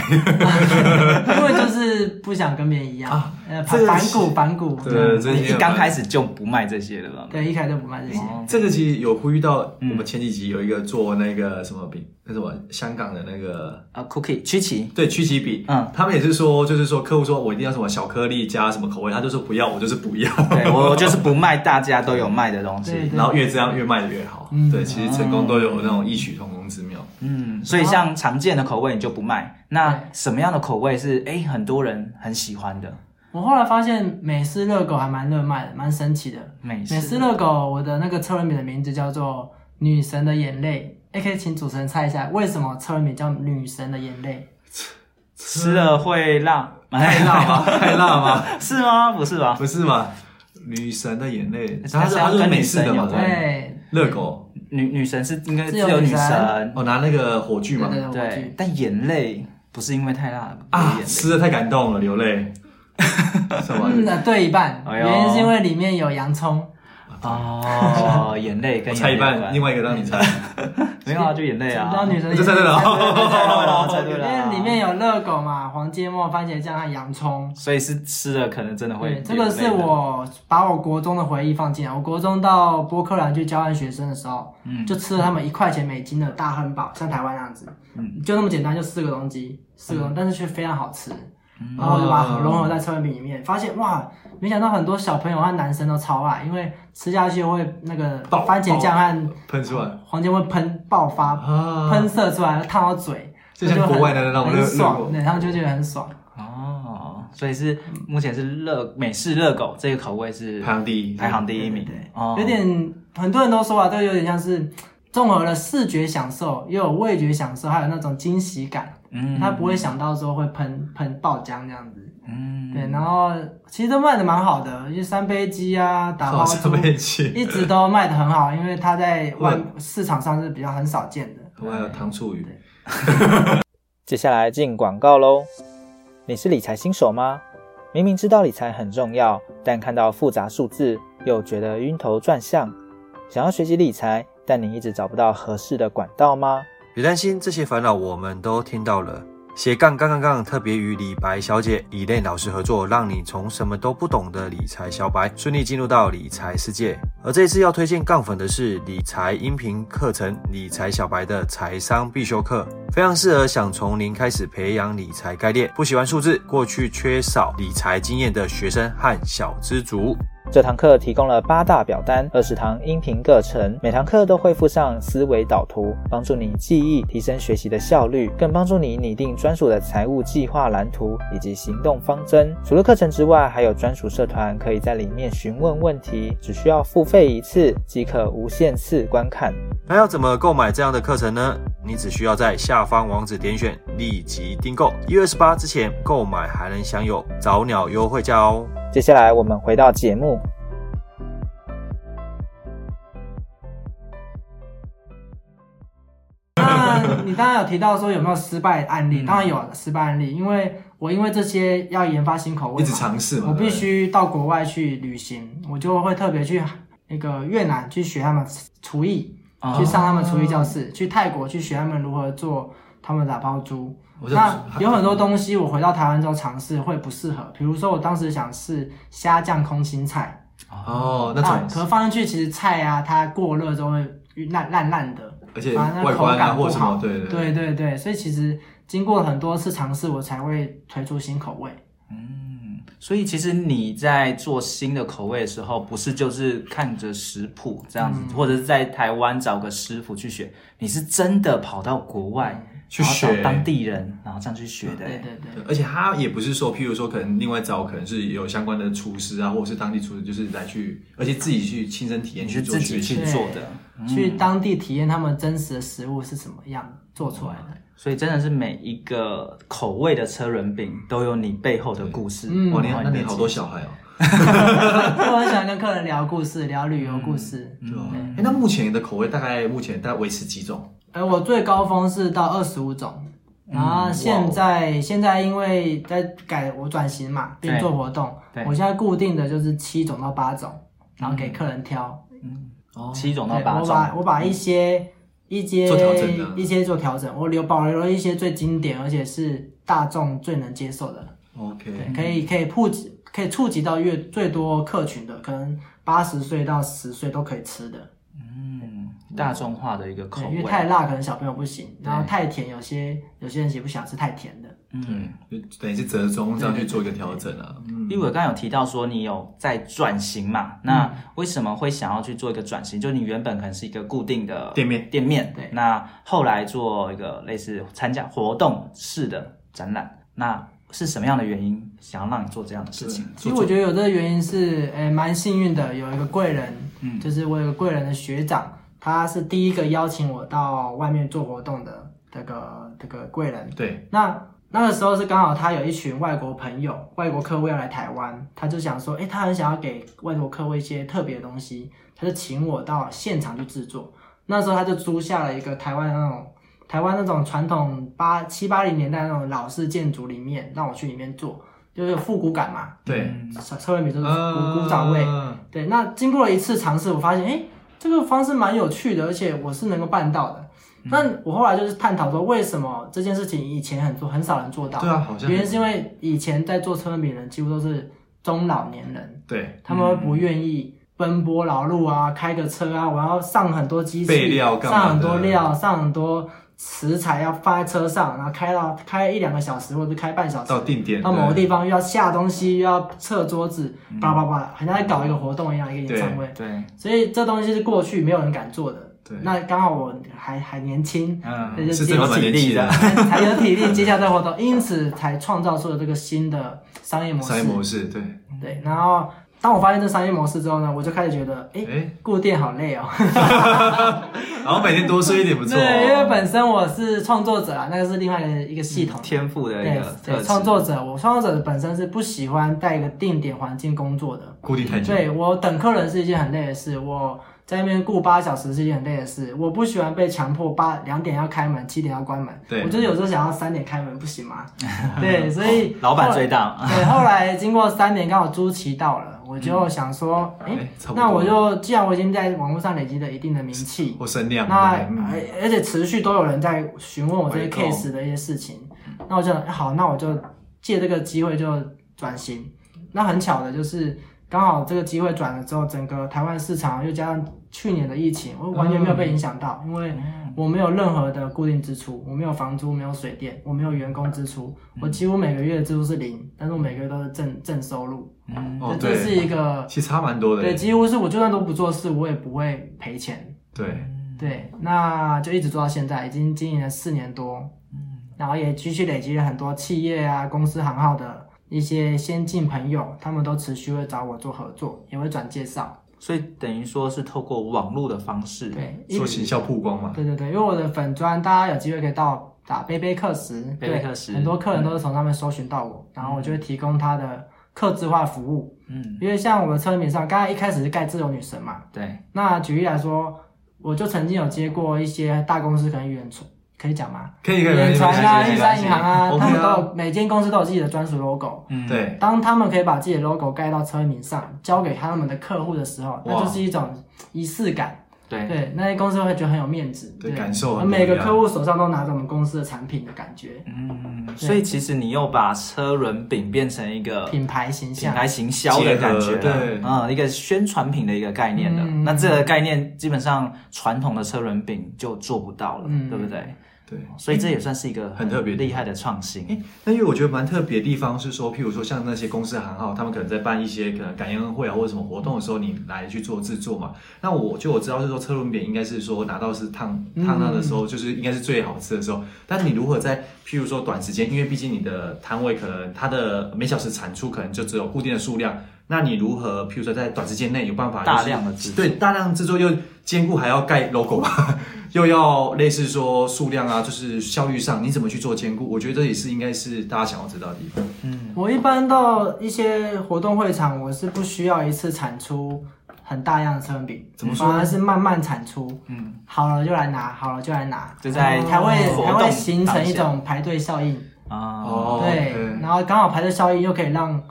[SPEAKER 4] 因为就是不想跟别人一样
[SPEAKER 2] 啊，
[SPEAKER 4] 呃，
[SPEAKER 2] 这个
[SPEAKER 4] 反
[SPEAKER 2] 是
[SPEAKER 4] 骨反骨，
[SPEAKER 2] 对这
[SPEAKER 1] 你
[SPEAKER 2] 也
[SPEAKER 1] 一
[SPEAKER 2] 有
[SPEAKER 1] 刚开始就不卖这些了吧？
[SPEAKER 4] 对，一开始就不卖这些。
[SPEAKER 1] 哦
[SPEAKER 2] 这个其实有呼吁到我们前几集有一个做那个什么饼，那什么香港的那个
[SPEAKER 1] 啊，cookie 曲奇，
[SPEAKER 2] 对曲奇饼，
[SPEAKER 1] 嗯，
[SPEAKER 2] 他们也是说，就是说客户说我一定要什么小颗粒加什么口味，他就说不要，我就是不要。
[SPEAKER 1] 对我我就是不卖大家都有卖的东
[SPEAKER 4] 对
[SPEAKER 1] 西。
[SPEAKER 4] 对
[SPEAKER 2] 然后越这样越卖的越好。
[SPEAKER 4] 嗯
[SPEAKER 2] 对，其实成功都有那种异曲同工之妙。
[SPEAKER 1] 嗯，所以像常见的口味你就不卖，那什么样的口味是诶很多人很喜欢的
[SPEAKER 4] 我后来发现美式热狗还蛮热卖的，蛮神奇的。
[SPEAKER 1] 美食？
[SPEAKER 4] 美式热狗，我的那个车轮饼的名字叫做“女神的眼泪”。哎，可以请主持人猜一下，为什么车轮饼叫“女神的眼泪
[SPEAKER 1] 吃了会辣，
[SPEAKER 2] 太辣吗？ 太辣吗？
[SPEAKER 1] 是吗？不是吧？
[SPEAKER 2] 不是嘛？女神的眼泪，
[SPEAKER 1] 但是
[SPEAKER 2] 它是
[SPEAKER 1] 要
[SPEAKER 2] 它就是
[SPEAKER 1] 跟
[SPEAKER 2] 美
[SPEAKER 1] 女
[SPEAKER 2] 式
[SPEAKER 1] 神
[SPEAKER 2] 的嘛，
[SPEAKER 1] 有”？关
[SPEAKER 2] 对，
[SPEAKER 4] 对，
[SPEAKER 2] 热狗
[SPEAKER 1] 女女神是应该
[SPEAKER 4] 自
[SPEAKER 1] 自
[SPEAKER 4] 由
[SPEAKER 1] 由
[SPEAKER 4] 女
[SPEAKER 1] 女
[SPEAKER 4] 神
[SPEAKER 1] 神，
[SPEAKER 2] 哦，拿那个火炬嘛
[SPEAKER 4] 对对对，火
[SPEAKER 1] 对
[SPEAKER 4] 炬。
[SPEAKER 1] 但眼泪不是因为太辣
[SPEAKER 2] 啊，
[SPEAKER 1] 眼
[SPEAKER 2] 吃
[SPEAKER 1] 泪。
[SPEAKER 2] 的太感动了，流泪。什么？
[SPEAKER 4] 嗯，对一半，
[SPEAKER 1] 哎呦
[SPEAKER 4] 原因是因为里面有洋葱。
[SPEAKER 1] 哦，眼泪
[SPEAKER 2] 我
[SPEAKER 1] 跟
[SPEAKER 2] 猜一
[SPEAKER 1] 眼泪有
[SPEAKER 2] 半，
[SPEAKER 1] 关
[SPEAKER 2] 另外一个让你猜。
[SPEAKER 1] 没有啊，就眼泪啊
[SPEAKER 4] 知。道女生
[SPEAKER 2] 这猜对了
[SPEAKER 1] 哦 猜
[SPEAKER 4] 因
[SPEAKER 1] 对了啊
[SPEAKER 4] 为里面有热狗嘛，黄芥末、番茄酱和洋葱。
[SPEAKER 1] 所以是吃了可能真的会
[SPEAKER 4] 对，。这个是我把我国中的回忆放进来。我国中到波克兰去交换学生的时候，
[SPEAKER 1] 嗯
[SPEAKER 4] 就吃了他们一块钱美金的大汉堡，像台湾那样子，
[SPEAKER 1] 嗯
[SPEAKER 4] 就那么简单，就四个东西，四
[SPEAKER 2] 嗯
[SPEAKER 4] 个东西，但是却非常好吃。然嗯哦后我就把它融合在车轮饼里面，发现哇，没想到很多小朋友和男生都超爱，因为吃下去会那个
[SPEAKER 2] 爆
[SPEAKER 4] 番茄酱和
[SPEAKER 2] 喷出来
[SPEAKER 4] 黄金会喷爆发，
[SPEAKER 2] 啊，
[SPEAKER 4] 喷射出来烫到嘴，
[SPEAKER 2] 就像
[SPEAKER 4] 很
[SPEAKER 2] 国外的那种热
[SPEAKER 4] 很
[SPEAKER 2] 热狗
[SPEAKER 4] 爽，对，他们就觉得很爽。
[SPEAKER 1] 哦，所以是目前是热美式热狗这个口味是
[SPEAKER 2] 排行第一，
[SPEAKER 1] 排行第一名
[SPEAKER 4] 对对对，
[SPEAKER 1] 哦
[SPEAKER 4] 有点很多人都说啊，这个有点像是综合了视觉享受，又有味觉享受，还有那种惊喜感。
[SPEAKER 1] 嗯
[SPEAKER 4] 他不会想到说会喷喷爆浆这样子。
[SPEAKER 1] 嗯
[SPEAKER 4] 对，然后其实都卖的蛮好的，因为三杯鸡啊、打包
[SPEAKER 2] 好
[SPEAKER 1] 哦
[SPEAKER 4] 猪
[SPEAKER 2] 哦上面去。
[SPEAKER 4] 一直都卖的很好，因为它在外
[SPEAKER 2] 会
[SPEAKER 1] 嗯
[SPEAKER 4] 市场上是比较很少 见的。
[SPEAKER 2] 我还有糖醋鱼。
[SPEAKER 5] 接下来进广告喽。你是理财新手吗？明明知道理财很重要，但看到复杂数字又觉得晕头转向。想要学习理财，但你一直找不到合适的管道吗？
[SPEAKER 6] 别担心，这些烦恼我们都听到了。斜杠杠杠杠特别与李白小姐、以类老师合作，让你从什么都不懂的理财小白顺利进入到理财世界。而这次要推荐杠粉的是理财音频课程《理财小白的财商必修课》，非常适合想从零开始培养理财概念、不喜欢数字、过去缺少理财经验的学生和小资族。
[SPEAKER 7] 这堂课提供了八大表单、二十堂音频课程，每堂课都会附上思维导图，帮助你记忆、提升学习的效率，更帮助你拟定专属的财务计划蓝图以及行动方针。除了课程之外，还有专属社团可以在里面询问问题，只需要付费一次即可无限次观看。
[SPEAKER 8] 那要怎么购买这样的课程呢？你只需要在下方网址点选立即订购，一月二十八之前购买还能享有早鸟优惠价哦。
[SPEAKER 7] 接下来我们回到节目，
[SPEAKER 4] 那你刚刚有提到说有没有失败案
[SPEAKER 1] 嗯
[SPEAKER 4] 例？当然有啊失败案例，因为我因为这些要研发新口味
[SPEAKER 2] 一
[SPEAKER 4] 嘛，
[SPEAKER 2] 直尝试嘛，
[SPEAKER 4] 我
[SPEAKER 2] 对
[SPEAKER 4] 必
[SPEAKER 2] 不对
[SPEAKER 4] 须到国外去旅行，我就会特别去那个越南去学他们厨艺，
[SPEAKER 2] 啊
[SPEAKER 4] 去上他们厨艺教室；去泰国去学他们如何做他们打包猪。
[SPEAKER 2] 我就
[SPEAKER 4] 那有很多东西我回到台湾之后尝试会不适合，比如说我当时想试虾酱空心菜，
[SPEAKER 2] 哦，那
[SPEAKER 4] 啊，
[SPEAKER 2] 种
[SPEAKER 4] 可放进去其实菜啊它过热之后会烂烂烂的，
[SPEAKER 2] 而且
[SPEAKER 4] 啊那
[SPEAKER 2] 外观
[SPEAKER 4] 口
[SPEAKER 2] 啊
[SPEAKER 4] 感
[SPEAKER 2] 或者什
[SPEAKER 4] 不
[SPEAKER 2] 么，
[SPEAKER 4] 好
[SPEAKER 2] 对对
[SPEAKER 4] 对对对，所以其实经过很多次尝试，我才会推出新口味。
[SPEAKER 1] 嗯所以其实你在做新的口味的时候，不是就是看着食谱这样子，
[SPEAKER 4] 嗯
[SPEAKER 1] 或者是在台湾找个师傅去学，你是真的跑到国外
[SPEAKER 2] 去
[SPEAKER 1] 然后找
[SPEAKER 2] 学
[SPEAKER 1] 当地人，然后这样去学的、
[SPEAKER 4] 嗯对对对，
[SPEAKER 2] 而且他也不是说，譬如说，可能另外找可能是有相关的厨师啊，或者是当地厨师，就是来去，而且自己去亲身体验
[SPEAKER 1] 你
[SPEAKER 2] 去
[SPEAKER 1] 是
[SPEAKER 2] 做
[SPEAKER 1] 自
[SPEAKER 2] 学
[SPEAKER 1] 己
[SPEAKER 2] 习
[SPEAKER 1] 去
[SPEAKER 4] 对
[SPEAKER 1] 做的，
[SPEAKER 4] 去当地体验他们真实的食物是什么样做出来的。
[SPEAKER 1] 所以真的是每一个口味的车轮饼都有你背后的故事。
[SPEAKER 4] 嗯
[SPEAKER 2] 哇，你
[SPEAKER 1] 然后
[SPEAKER 2] 那
[SPEAKER 1] 的
[SPEAKER 2] 你好
[SPEAKER 1] 经
[SPEAKER 2] 多小孩哦。
[SPEAKER 1] 嗯
[SPEAKER 4] 我很喜欢跟客人聊故事，聊旅游故事。
[SPEAKER 2] 对吧
[SPEAKER 4] 嗯
[SPEAKER 2] 哎，那目前的口味大概目前大概维持几种？
[SPEAKER 4] 哎、我最高峰是到二十五种，
[SPEAKER 1] 嗯
[SPEAKER 4] 然后现在、现在因为在改我转型嘛，
[SPEAKER 1] 哦对
[SPEAKER 4] 并做活动
[SPEAKER 1] 对，
[SPEAKER 4] 我现在固定的就是七种到八种，然后给客人挑。
[SPEAKER 1] 七种嗯到
[SPEAKER 4] 对，
[SPEAKER 1] 八
[SPEAKER 4] 我把
[SPEAKER 1] 种，
[SPEAKER 4] 我把一些。一些
[SPEAKER 2] 做调整的
[SPEAKER 4] 一些做调整，我留保留了一些最经典，而且是大众最能接受的，
[SPEAKER 1] 嗯
[SPEAKER 2] OK，
[SPEAKER 4] 可以可以触及可以触及到越最多客群的，可能八十岁到十岁都可以吃的。
[SPEAKER 1] 嗯大众化的一个
[SPEAKER 4] 对，
[SPEAKER 1] 口
[SPEAKER 4] 因
[SPEAKER 1] 味
[SPEAKER 4] 为。太辣可能小朋友不行，然后太甜有些有些人也不喜欢吃太甜的。
[SPEAKER 1] 嗯，
[SPEAKER 2] 就等于是折中这样去做一个调整啊。嗯，
[SPEAKER 1] 因为我刚刚有提到说你有在转型
[SPEAKER 4] 嗯
[SPEAKER 1] 嘛，那为什么会想要去做一个转型？就你原本可能是一个固定的
[SPEAKER 2] 店面
[SPEAKER 1] 店面，
[SPEAKER 4] 对
[SPEAKER 1] 那后来做一个类似参加活动式的展览，那是什么样的原因想要让你做这样的事情？
[SPEAKER 4] 其实我觉得有这个原因是，诶、蛮幸运的，有一个贵人，
[SPEAKER 1] 嗯
[SPEAKER 4] 就是我有个贵人的学长，他是第一个邀请我到外面做活动的这个这个贵人。
[SPEAKER 2] 对，
[SPEAKER 4] 那那个时候是刚好他有一群外国朋友、外国客户要来台湾，他就想说，哎、他很想要给外国客户一些特别的东西，他就请我到现场去制作。那时候他就租下了一个台湾的那种台湾那种传统八七八零年代那种老式建筑里面，让我去里面做，就是有复古感嘛，
[SPEAKER 2] 对，
[SPEAKER 4] 车车尾米就是
[SPEAKER 2] 呃
[SPEAKER 4] 古古早味。对，那经过了一次尝试，我发现，哎，这个方式蛮有趣的，而且我是能够办到的。那
[SPEAKER 2] 嗯
[SPEAKER 4] 我后来就是探讨说，为什么这件事情以前很多很少人做到？
[SPEAKER 2] 对啊，好像
[SPEAKER 4] 原因是因为以前在做车轮饼的人几乎都是中老年人，
[SPEAKER 2] 对
[SPEAKER 4] 他们会
[SPEAKER 2] 嗯
[SPEAKER 4] 不愿意奔波劳碌啊，开个车啊，我要上很多机器，
[SPEAKER 2] 备料干嘛的
[SPEAKER 4] 上很多料，上很多食材要放在车上，然后开到开一两个小时，或者是开半小时
[SPEAKER 2] 到定点
[SPEAKER 4] 到某
[SPEAKER 2] 对
[SPEAKER 4] 个
[SPEAKER 2] 嗯
[SPEAKER 4] 地方又要下东西，又要撤桌子，叭叭叭，好像在搞一个活动一样，一个演唱会。
[SPEAKER 1] 对，
[SPEAKER 4] 所以这东西是过去没有人敢做的。
[SPEAKER 2] 对
[SPEAKER 4] 那刚好我还还年轻，
[SPEAKER 1] 嗯，
[SPEAKER 4] 那就是
[SPEAKER 2] 真的蛮
[SPEAKER 1] 有体力的
[SPEAKER 2] 年轻
[SPEAKER 4] 才才有体力接下 这活动，因此才创造出了这个新的商业模
[SPEAKER 2] 商业
[SPEAKER 4] 式。
[SPEAKER 2] 模式对，
[SPEAKER 4] 对，然后当我发现这商业模式之后呢，我就开始觉得，哎、
[SPEAKER 2] 哎，
[SPEAKER 4] 顾店好累哦。
[SPEAKER 2] 然后每天多睡一点不错哦。
[SPEAKER 4] 对， 因为本身我是创作者啊，那个是另外一个一个系统。
[SPEAKER 1] 天赋的一
[SPEAKER 4] 对
[SPEAKER 1] 个特
[SPEAKER 4] 对，
[SPEAKER 1] 质
[SPEAKER 4] 创作者，我创作者本身是不喜欢在一个定点环境工作的，
[SPEAKER 2] 固定很
[SPEAKER 1] 嗯
[SPEAKER 2] 久，
[SPEAKER 4] 对我等客人是一件很累的事，我在那边顾八小时是一件很累的事。我不喜欢被强迫八两点要开门，七点要关门。
[SPEAKER 2] 对
[SPEAKER 4] 我就是有时候想要三点开门，不行 吗？对，所以
[SPEAKER 1] 哦老板最
[SPEAKER 4] 最
[SPEAKER 1] 大嘛，
[SPEAKER 4] 对，后来经过三年，刚好朱奇到了，我
[SPEAKER 1] 嗯
[SPEAKER 4] 就想说，哎、
[SPEAKER 2] 哎差不多
[SPEAKER 4] 那我就既然我已经在网络上累积了一定的名气，
[SPEAKER 2] 或声量，
[SPEAKER 4] 那哎
[SPEAKER 2] 对不对嗯
[SPEAKER 4] 而而且持续都有人在询问我这些 case 的一些事情，哎那我就好，那我就借这个机会就转型。那很巧的就是刚好这个机会转了之后，整个台湾市场又加上去年的疫情，我完全没
[SPEAKER 2] 嗯
[SPEAKER 4] 有被影响到，因为我没有任何的固定支出，我没有房租，没有水电，我没有员工支出，
[SPEAKER 2] 嗯
[SPEAKER 4] 我几乎每个月的支出是零，但是我每个月都是正正收入，
[SPEAKER 1] 嗯
[SPEAKER 2] 哦，
[SPEAKER 4] 这是一
[SPEAKER 2] 对，
[SPEAKER 4] 个
[SPEAKER 2] 其实差蛮多的，
[SPEAKER 4] 对，几乎是我就算都不做事，我也不会赔钱，
[SPEAKER 2] 对，
[SPEAKER 4] 对，那就一直做到现在，已经经营了四年多，嗯，然后也继续累积了很多企业啊、公司行号的一些先进朋友，他们都持续会找我做合作，也会转介绍。
[SPEAKER 1] 所以等于说是透过网络的方式，
[SPEAKER 4] 对，一
[SPEAKER 2] 做行销曝光嘛，
[SPEAKER 4] 对对对，因为我的粉砖，大家有机会可以到打杯杯课时，
[SPEAKER 1] 杯杯课时嗯
[SPEAKER 4] 对很多客人都是从上面搜寻到我，然后我就会提供他的客制化服务。
[SPEAKER 1] 嗯，
[SPEAKER 4] 因为像我的车名上，刚才一开始是盖自由女神嘛，
[SPEAKER 1] 对，
[SPEAKER 4] 那举例来说，我就曾经有接过一些大公司，可能远传可以讲吗？
[SPEAKER 2] 可以可以，
[SPEAKER 4] 远传啊、
[SPEAKER 2] 可以
[SPEAKER 4] 玉山银行啊，
[SPEAKER 2] 可以
[SPEAKER 4] 他们都
[SPEAKER 2] 可以
[SPEAKER 4] 有每间公司都有自己的专属 logo。
[SPEAKER 1] 嗯，
[SPEAKER 2] 对，
[SPEAKER 4] 当他们可以把自己的 logo 盖到车名上，交给他们的客户的时候，那就是一种仪式感。
[SPEAKER 1] 对
[SPEAKER 4] 对，那些公司会觉得很有面子，
[SPEAKER 2] 对感受很
[SPEAKER 4] 而每
[SPEAKER 2] 不一
[SPEAKER 4] 个
[SPEAKER 2] 样
[SPEAKER 4] 客户手上都拿着我们公司的产品的感觉，
[SPEAKER 1] 嗯，所以其实你又把车轮饼变成一个
[SPEAKER 4] 品牌形
[SPEAKER 1] 品
[SPEAKER 4] 象。
[SPEAKER 1] 牌行销的感觉
[SPEAKER 2] 结合
[SPEAKER 1] 了，
[SPEAKER 2] 对
[SPEAKER 1] 嗯，一个宣传品的一个概念了。
[SPEAKER 4] 嗯
[SPEAKER 1] 那这个概念基本上传统的车轮饼就做不到了，
[SPEAKER 4] 嗯
[SPEAKER 1] 对不对？
[SPEAKER 2] 对。
[SPEAKER 1] 所以这也算是一个
[SPEAKER 2] 很特别的
[SPEAKER 1] 厉害的创新。
[SPEAKER 2] 诶那因为我觉得蛮特别的地方是说，譬如说像那些公司行号，他们可能在办一些可能感恩会啊或者什么活动的时候，你来去做制作嘛。那我就我知道是说车轮饼应该是说拿到是烫
[SPEAKER 1] 嗯
[SPEAKER 2] 烫烫的时候，就是应该是最好吃的时候。但你如何在譬如说短时间，因为毕竟你的摊位可能它的每小时产出可能就只有固定的数量，那你如何譬如说在短时间内有办法、就是
[SPEAKER 1] 大量地制作
[SPEAKER 2] 对大量制作又兼顾还要盖 logo 吧， 又要类似说数量啊，就是效率上你怎么去做兼顾？我觉得这也是应该是大家想要知道的地方。
[SPEAKER 4] 我一般到一些活动会场，我是不需要一次产出很大量的车轮饼，
[SPEAKER 2] 怎么说呢
[SPEAKER 4] 反而是慢慢产出，嗯，好了就来拿，好了就来拿，
[SPEAKER 1] 就在
[SPEAKER 4] 才会
[SPEAKER 1] 活动
[SPEAKER 4] 才会形成一
[SPEAKER 1] 当
[SPEAKER 4] 种排队效应，
[SPEAKER 1] 啊，
[SPEAKER 2] 哦
[SPEAKER 4] 对
[SPEAKER 2] OK
[SPEAKER 4] 然后刚好排队效应又可以让，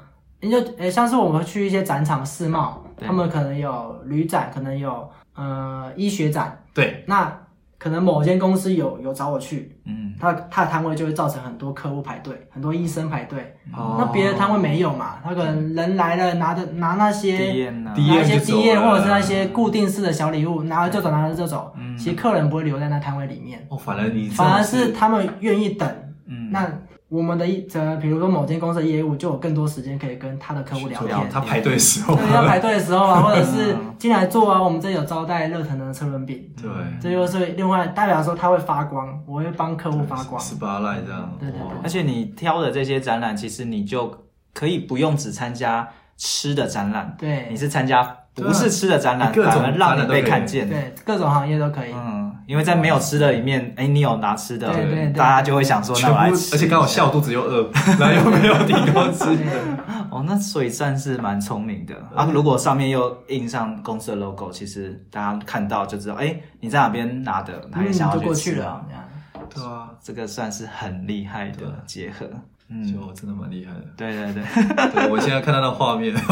[SPEAKER 4] 你就呃像是我们去一些展场世贸，
[SPEAKER 1] 对
[SPEAKER 4] 他们可能有旅展，可能有呃医学展，
[SPEAKER 2] 对，
[SPEAKER 4] 那可能某间公司有有找我去，
[SPEAKER 1] 嗯，
[SPEAKER 4] 他他的摊位就会造成很多客户排队，很多医生排队，
[SPEAKER 2] 哦
[SPEAKER 4] 那别的摊位没有嘛，他可能人来了，拿着拿那
[SPEAKER 1] 体
[SPEAKER 4] 些
[SPEAKER 1] 验呢？啊
[SPEAKER 2] 第一
[SPEAKER 4] 拿一些
[SPEAKER 2] 就走了
[SPEAKER 4] 低液或者是那些固定式的小礼物，拿了就走，拿了就走。其实客人不会留在那摊位里面，
[SPEAKER 2] 哦，反而你
[SPEAKER 4] 反而
[SPEAKER 2] 这
[SPEAKER 4] 是
[SPEAKER 2] 种
[SPEAKER 4] 他们愿意等。那我们的一呃，比如说某间公司的业务，就有更多时间可以跟他的客户聊
[SPEAKER 2] 对
[SPEAKER 4] 天
[SPEAKER 2] 啊。他排队的时候，
[SPEAKER 4] 对，要排队的时候啊，或者是进来坐啊，我们这里有招待热腾腾的车轮饼，
[SPEAKER 2] 对，
[SPEAKER 4] 这又是另外代表说他会发光，我会帮客户发光。
[SPEAKER 2] 十八赖这样，
[SPEAKER 4] 对对对
[SPEAKER 2] 哇
[SPEAKER 1] 而且你挑的这些展览，其实你就可以不用只参加吃的展览，
[SPEAKER 4] 对
[SPEAKER 1] 你是参加
[SPEAKER 2] 对啊
[SPEAKER 1] 不是吃的展览，
[SPEAKER 2] 各种
[SPEAKER 1] 反而让
[SPEAKER 2] 展览
[SPEAKER 1] 你
[SPEAKER 2] 都可以
[SPEAKER 1] 被看见。
[SPEAKER 4] 对，各种行业都可以。
[SPEAKER 1] 嗯，因为在没有吃的里面，哎，你有拿吃的，
[SPEAKER 4] 对对对
[SPEAKER 1] 大家就会想说，
[SPEAKER 2] 全
[SPEAKER 1] 那我来
[SPEAKER 2] 部
[SPEAKER 1] 吃。
[SPEAKER 2] 而且刚好下午肚子又饿， 然后又没有地方吃。
[SPEAKER 1] 哦，那所以算是蛮聪明的啊。如果上面又印上公司的 logo，其实大家看到就知道，哎，你在哪边拿的，哪里
[SPEAKER 4] 嗯，
[SPEAKER 1] 想要
[SPEAKER 4] 就过
[SPEAKER 1] 吃
[SPEAKER 4] 去
[SPEAKER 1] 啊
[SPEAKER 4] 了。这样
[SPEAKER 2] 对啊，
[SPEAKER 1] 这个算是很厉害
[SPEAKER 2] 对
[SPEAKER 1] 的结合。
[SPEAKER 2] 就真的蛮厉害的。
[SPEAKER 1] 对对对，
[SPEAKER 2] 对，我现在看到那画面，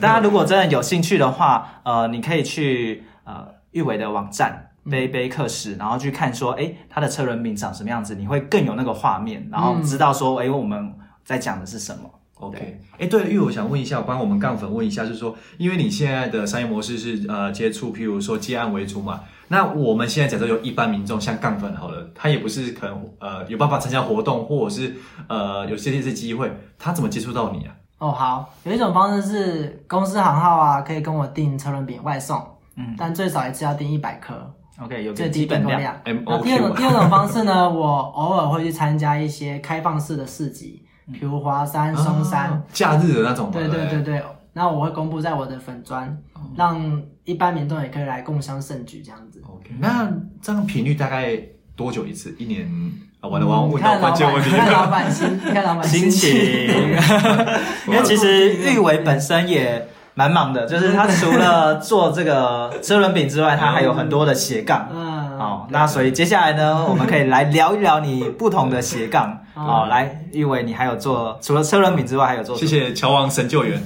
[SPEAKER 1] 大家如果真的有兴趣的话，呃，你可以去呃玉伟的网站。
[SPEAKER 4] 嗯
[SPEAKER 1] 杯杯课室，然后去看说，哎，它的车轮饼长什么样子，你会更有那个画面，然
[SPEAKER 4] 嗯
[SPEAKER 1] 后知道说，哎、我们在讲的是什么。
[SPEAKER 2] OK，哎，对了，因为我想问一下，帮我们杠粉问一下，就是说，因为你现在的商业模式是呃接触，譬如说接案为主嘛，那我们现在假设有一般民众像杠粉好了，他也不是可能呃有办法参加活动，或者是呃有些这些机会，他怎么接触到你啊？
[SPEAKER 4] 哦，好，有一种方式是公司行号啊，可以跟我订车轮饼外送，嗯，但最少一次要订一百颗，
[SPEAKER 1] OK，有个
[SPEAKER 4] 最
[SPEAKER 1] 基
[SPEAKER 4] 低
[SPEAKER 1] 本
[SPEAKER 4] 订购
[SPEAKER 1] 量。
[SPEAKER 4] 量。
[SPEAKER 2] MOQ
[SPEAKER 4] 那第二种第二种方式呢，我偶尔会去参加一些开放式的市集，比如华山、松山，
[SPEAKER 2] 啊假日的那种嘛，
[SPEAKER 4] 对
[SPEAKER 2] 不
[SPEAKER 4] 对对对。那我会公布在我的粉砖，让一般民众也可以来共襄盛举这样子。
[SPEAKER 2] OK，那这样频率大概多久一次？一年？啊，完了，我要
[SPEAKER 4] 嗯你
[SPEAKER 2] 问到
[SPEAKER 4] 看
[SPEAKER 2] 关
[SPEAKER 4] 老
[SPEAKER 2] 键问
[SPEAKER 4] 板，
[SPEAKER 2] 题
[SPEAKER 4] 你。看老板心，你看老 板
[SPEAKER 1] 心情
[SPEAKER 4] 情。
[SPEAKER 1] 因为其实玉伟本身也蛮忙的，就是他除了做这个车轮饼之外，他还有很多的斜杠。
[SPEAKER 4] 嗯
[SPEAKER 1] 好，那所以接下来呢，我们可以来聊一聊你不同的斜 杠。好，来，玉伟，你还有做除了车轮饼之外，还有做什
[SPEAKER 2] 谢
[SPEAKER 1] 么？
[SPEAKER 2] 谢乔王神救援，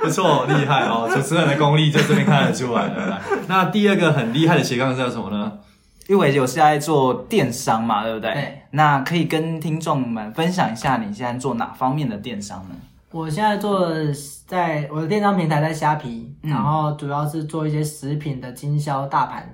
[SPEAKER 2] 不错，厉害哦！主持人的功力在这边看得出来了。来那第二个很厉害的斜杠是叫什么呢？
[SPEAKER 1] 玉伟有是在做电商嘛，对不对？
[SPEAKER 4] 对。
[SPEAKER 1] 那可以跟听众们分享一下你现在做哪方面的电商呢？
[SPEAKER 4] 我现在做的是在我的电商平台在虾皮，
[SPEAKER 1] 嗯
[SPEAKER 4] 然后主要是做一些食品的经销大盘，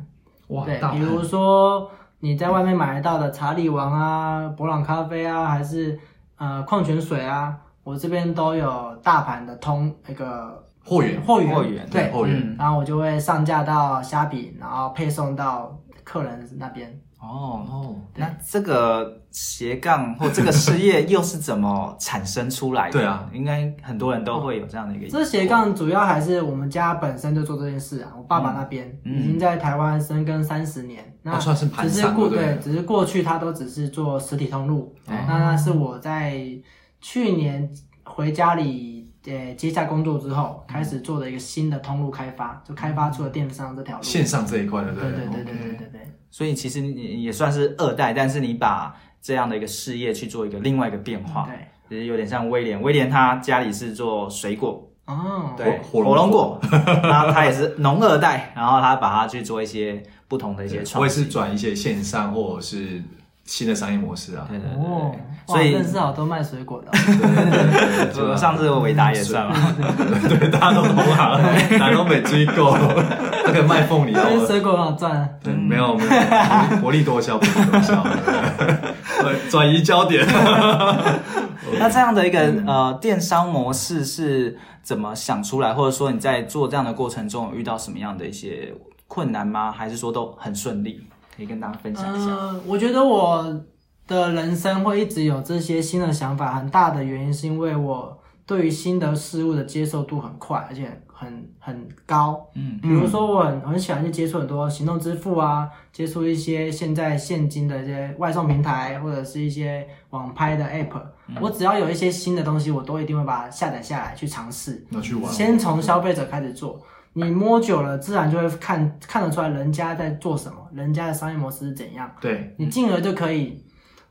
[SPEAKER 2] 哇，
[SPEAKER 4] 对
[SPEAKER 2] 大，
[SPEAKER 4] 比
[SPEAKER 2] 盘
[SPEAKER 4] 如说你在外面买得到的茶里王啊、博朗咖啡啊，还是呃矿泉水啊，我这边都有大盘的通那个
[SPEAKER 2] 货源，
[SPEAKER 4] 货源，
[SPEAKER 1] 货源
[SPEAKER 4] 对，
[SPEAKER 2] 货源，
[SPEAKER 1] 嗯
[SPEAKER 4] 然后我就会上架到虾皮，然后配送到客人那边。
[SPEAKER 1] 哦，
[SPEAKER 2] 哦，
[SPEAKER 1] 那这个斜杠或这个事业又是怎么产生出来的？
[SPEAKER 2] 对啊，
[SPEAKER 1] 应该很多人都会有这样的一个疑惑。
[SPEAKER 4] 这斜杠主要还是我们家本身就做这件事啊。我爸爸那边
[SPEAKER 1] 嗯
[SPEAKER 4] 已经在台湾深耕三十年，那
[SPEAKER 2] 哦算是盘
[SPEAKER 4] 只是
[SPEAKER 2] 商
[SPEAKER 4] 过
[SPEAKER 2] 对不对哦
[SPEAKER 4] 只是过去他都只是做实体通路，
[SPEAKER 1] 对
[SPEAKER 4] 那那是我在去年回家里呃接下工作之
[SPEAKER 2] 嗯
[SPEAKER 4] 后，开始做的一个新的通路开发，就开发出了电商这条路。
[SPEAKER 2] 线上这一块的，
[SPEAKER 4] 对
[SPEAKER 2] 不
[SPEAKER 4] 对对对
[SPEAKER 2] OK
[SPEAKER 4] 对对对。
[SPEAKER 1] 所以其实你也算是二代，但是你把这样的一个事业去做一个另外一个变化，
[SPEAKER 4] 嗯对，
[SPEAKER 1] 其实有点像威廉。威廉他家里是做水果，
[SPEAKER 4] 哦，
[SPEAKER 1] 对，火
[SPEAKER 2] 火
[SPEAKER 1] 龙
[SPEAKER 2] 龙
[SPEAKER 1] 果， 那他也是农二代，然后他把它去做一些不同的一些
[SPEAKER 2] 对我
[SPEAKER 1] 创
[SPEAKER 2] 也
[SPEAKER 1] 新。
[SPEAKER 2] 是转一些线上或者是新的商业模式啊。
[SPEAKER 1] 对对对
[SPEAKER 4] 哦，哇
[SPEAKER 1] 所以
[SPEAKER 4] 认识好多卖水果的哦。
[SPEAKER 2] 对
[SPEAKER 1] 对对，上次我维达也算嘛，
[SPEAKER 2] 对大家都同行，南东北机构，那个卖凤梨
[SPEAKER 4] 因为
[SPEAKER 2] 哦。
[SPEAKER 4] 水果很好赚啊，
[SPEAKER 2] 对，没有没有，薄利多销，薄利多销，对转移焦 点。
[SPEAKER 1] 那这样的一个呃电商模式是怎么想出来，或者说你在做这样的过程中有遇到什么样的一些困难吗？还是说都很顺利？可以跟大家分享一下。
[SPEAKER 4] 嗯，我觉得我的人生会一直有这些新的想法，很大的原因是因为我对于新的事物的接受度很快，而且很很高。
[SPEAKER 1] 嗯，
[SPEAKER 4] 比如说我很很喜欢去接触很多行动支付啊，接触一些现在现金的一些外送平台或者是一些网拍的 app。我
[SPEAKER 1] 嗯
[SPEAKER 4] 只要有一些新的东西，我都一定会把它下载下来去尝试。
[SPEAKER 2] 那去玩，
[SPEAKER 4] 先从消费者开始做，你摸久了，自然就会看看得出来人家在做什么，人家的商业模式是怎样，
[SPEAKER 2] 对，
[SPEAKER 4] 你进而就可以。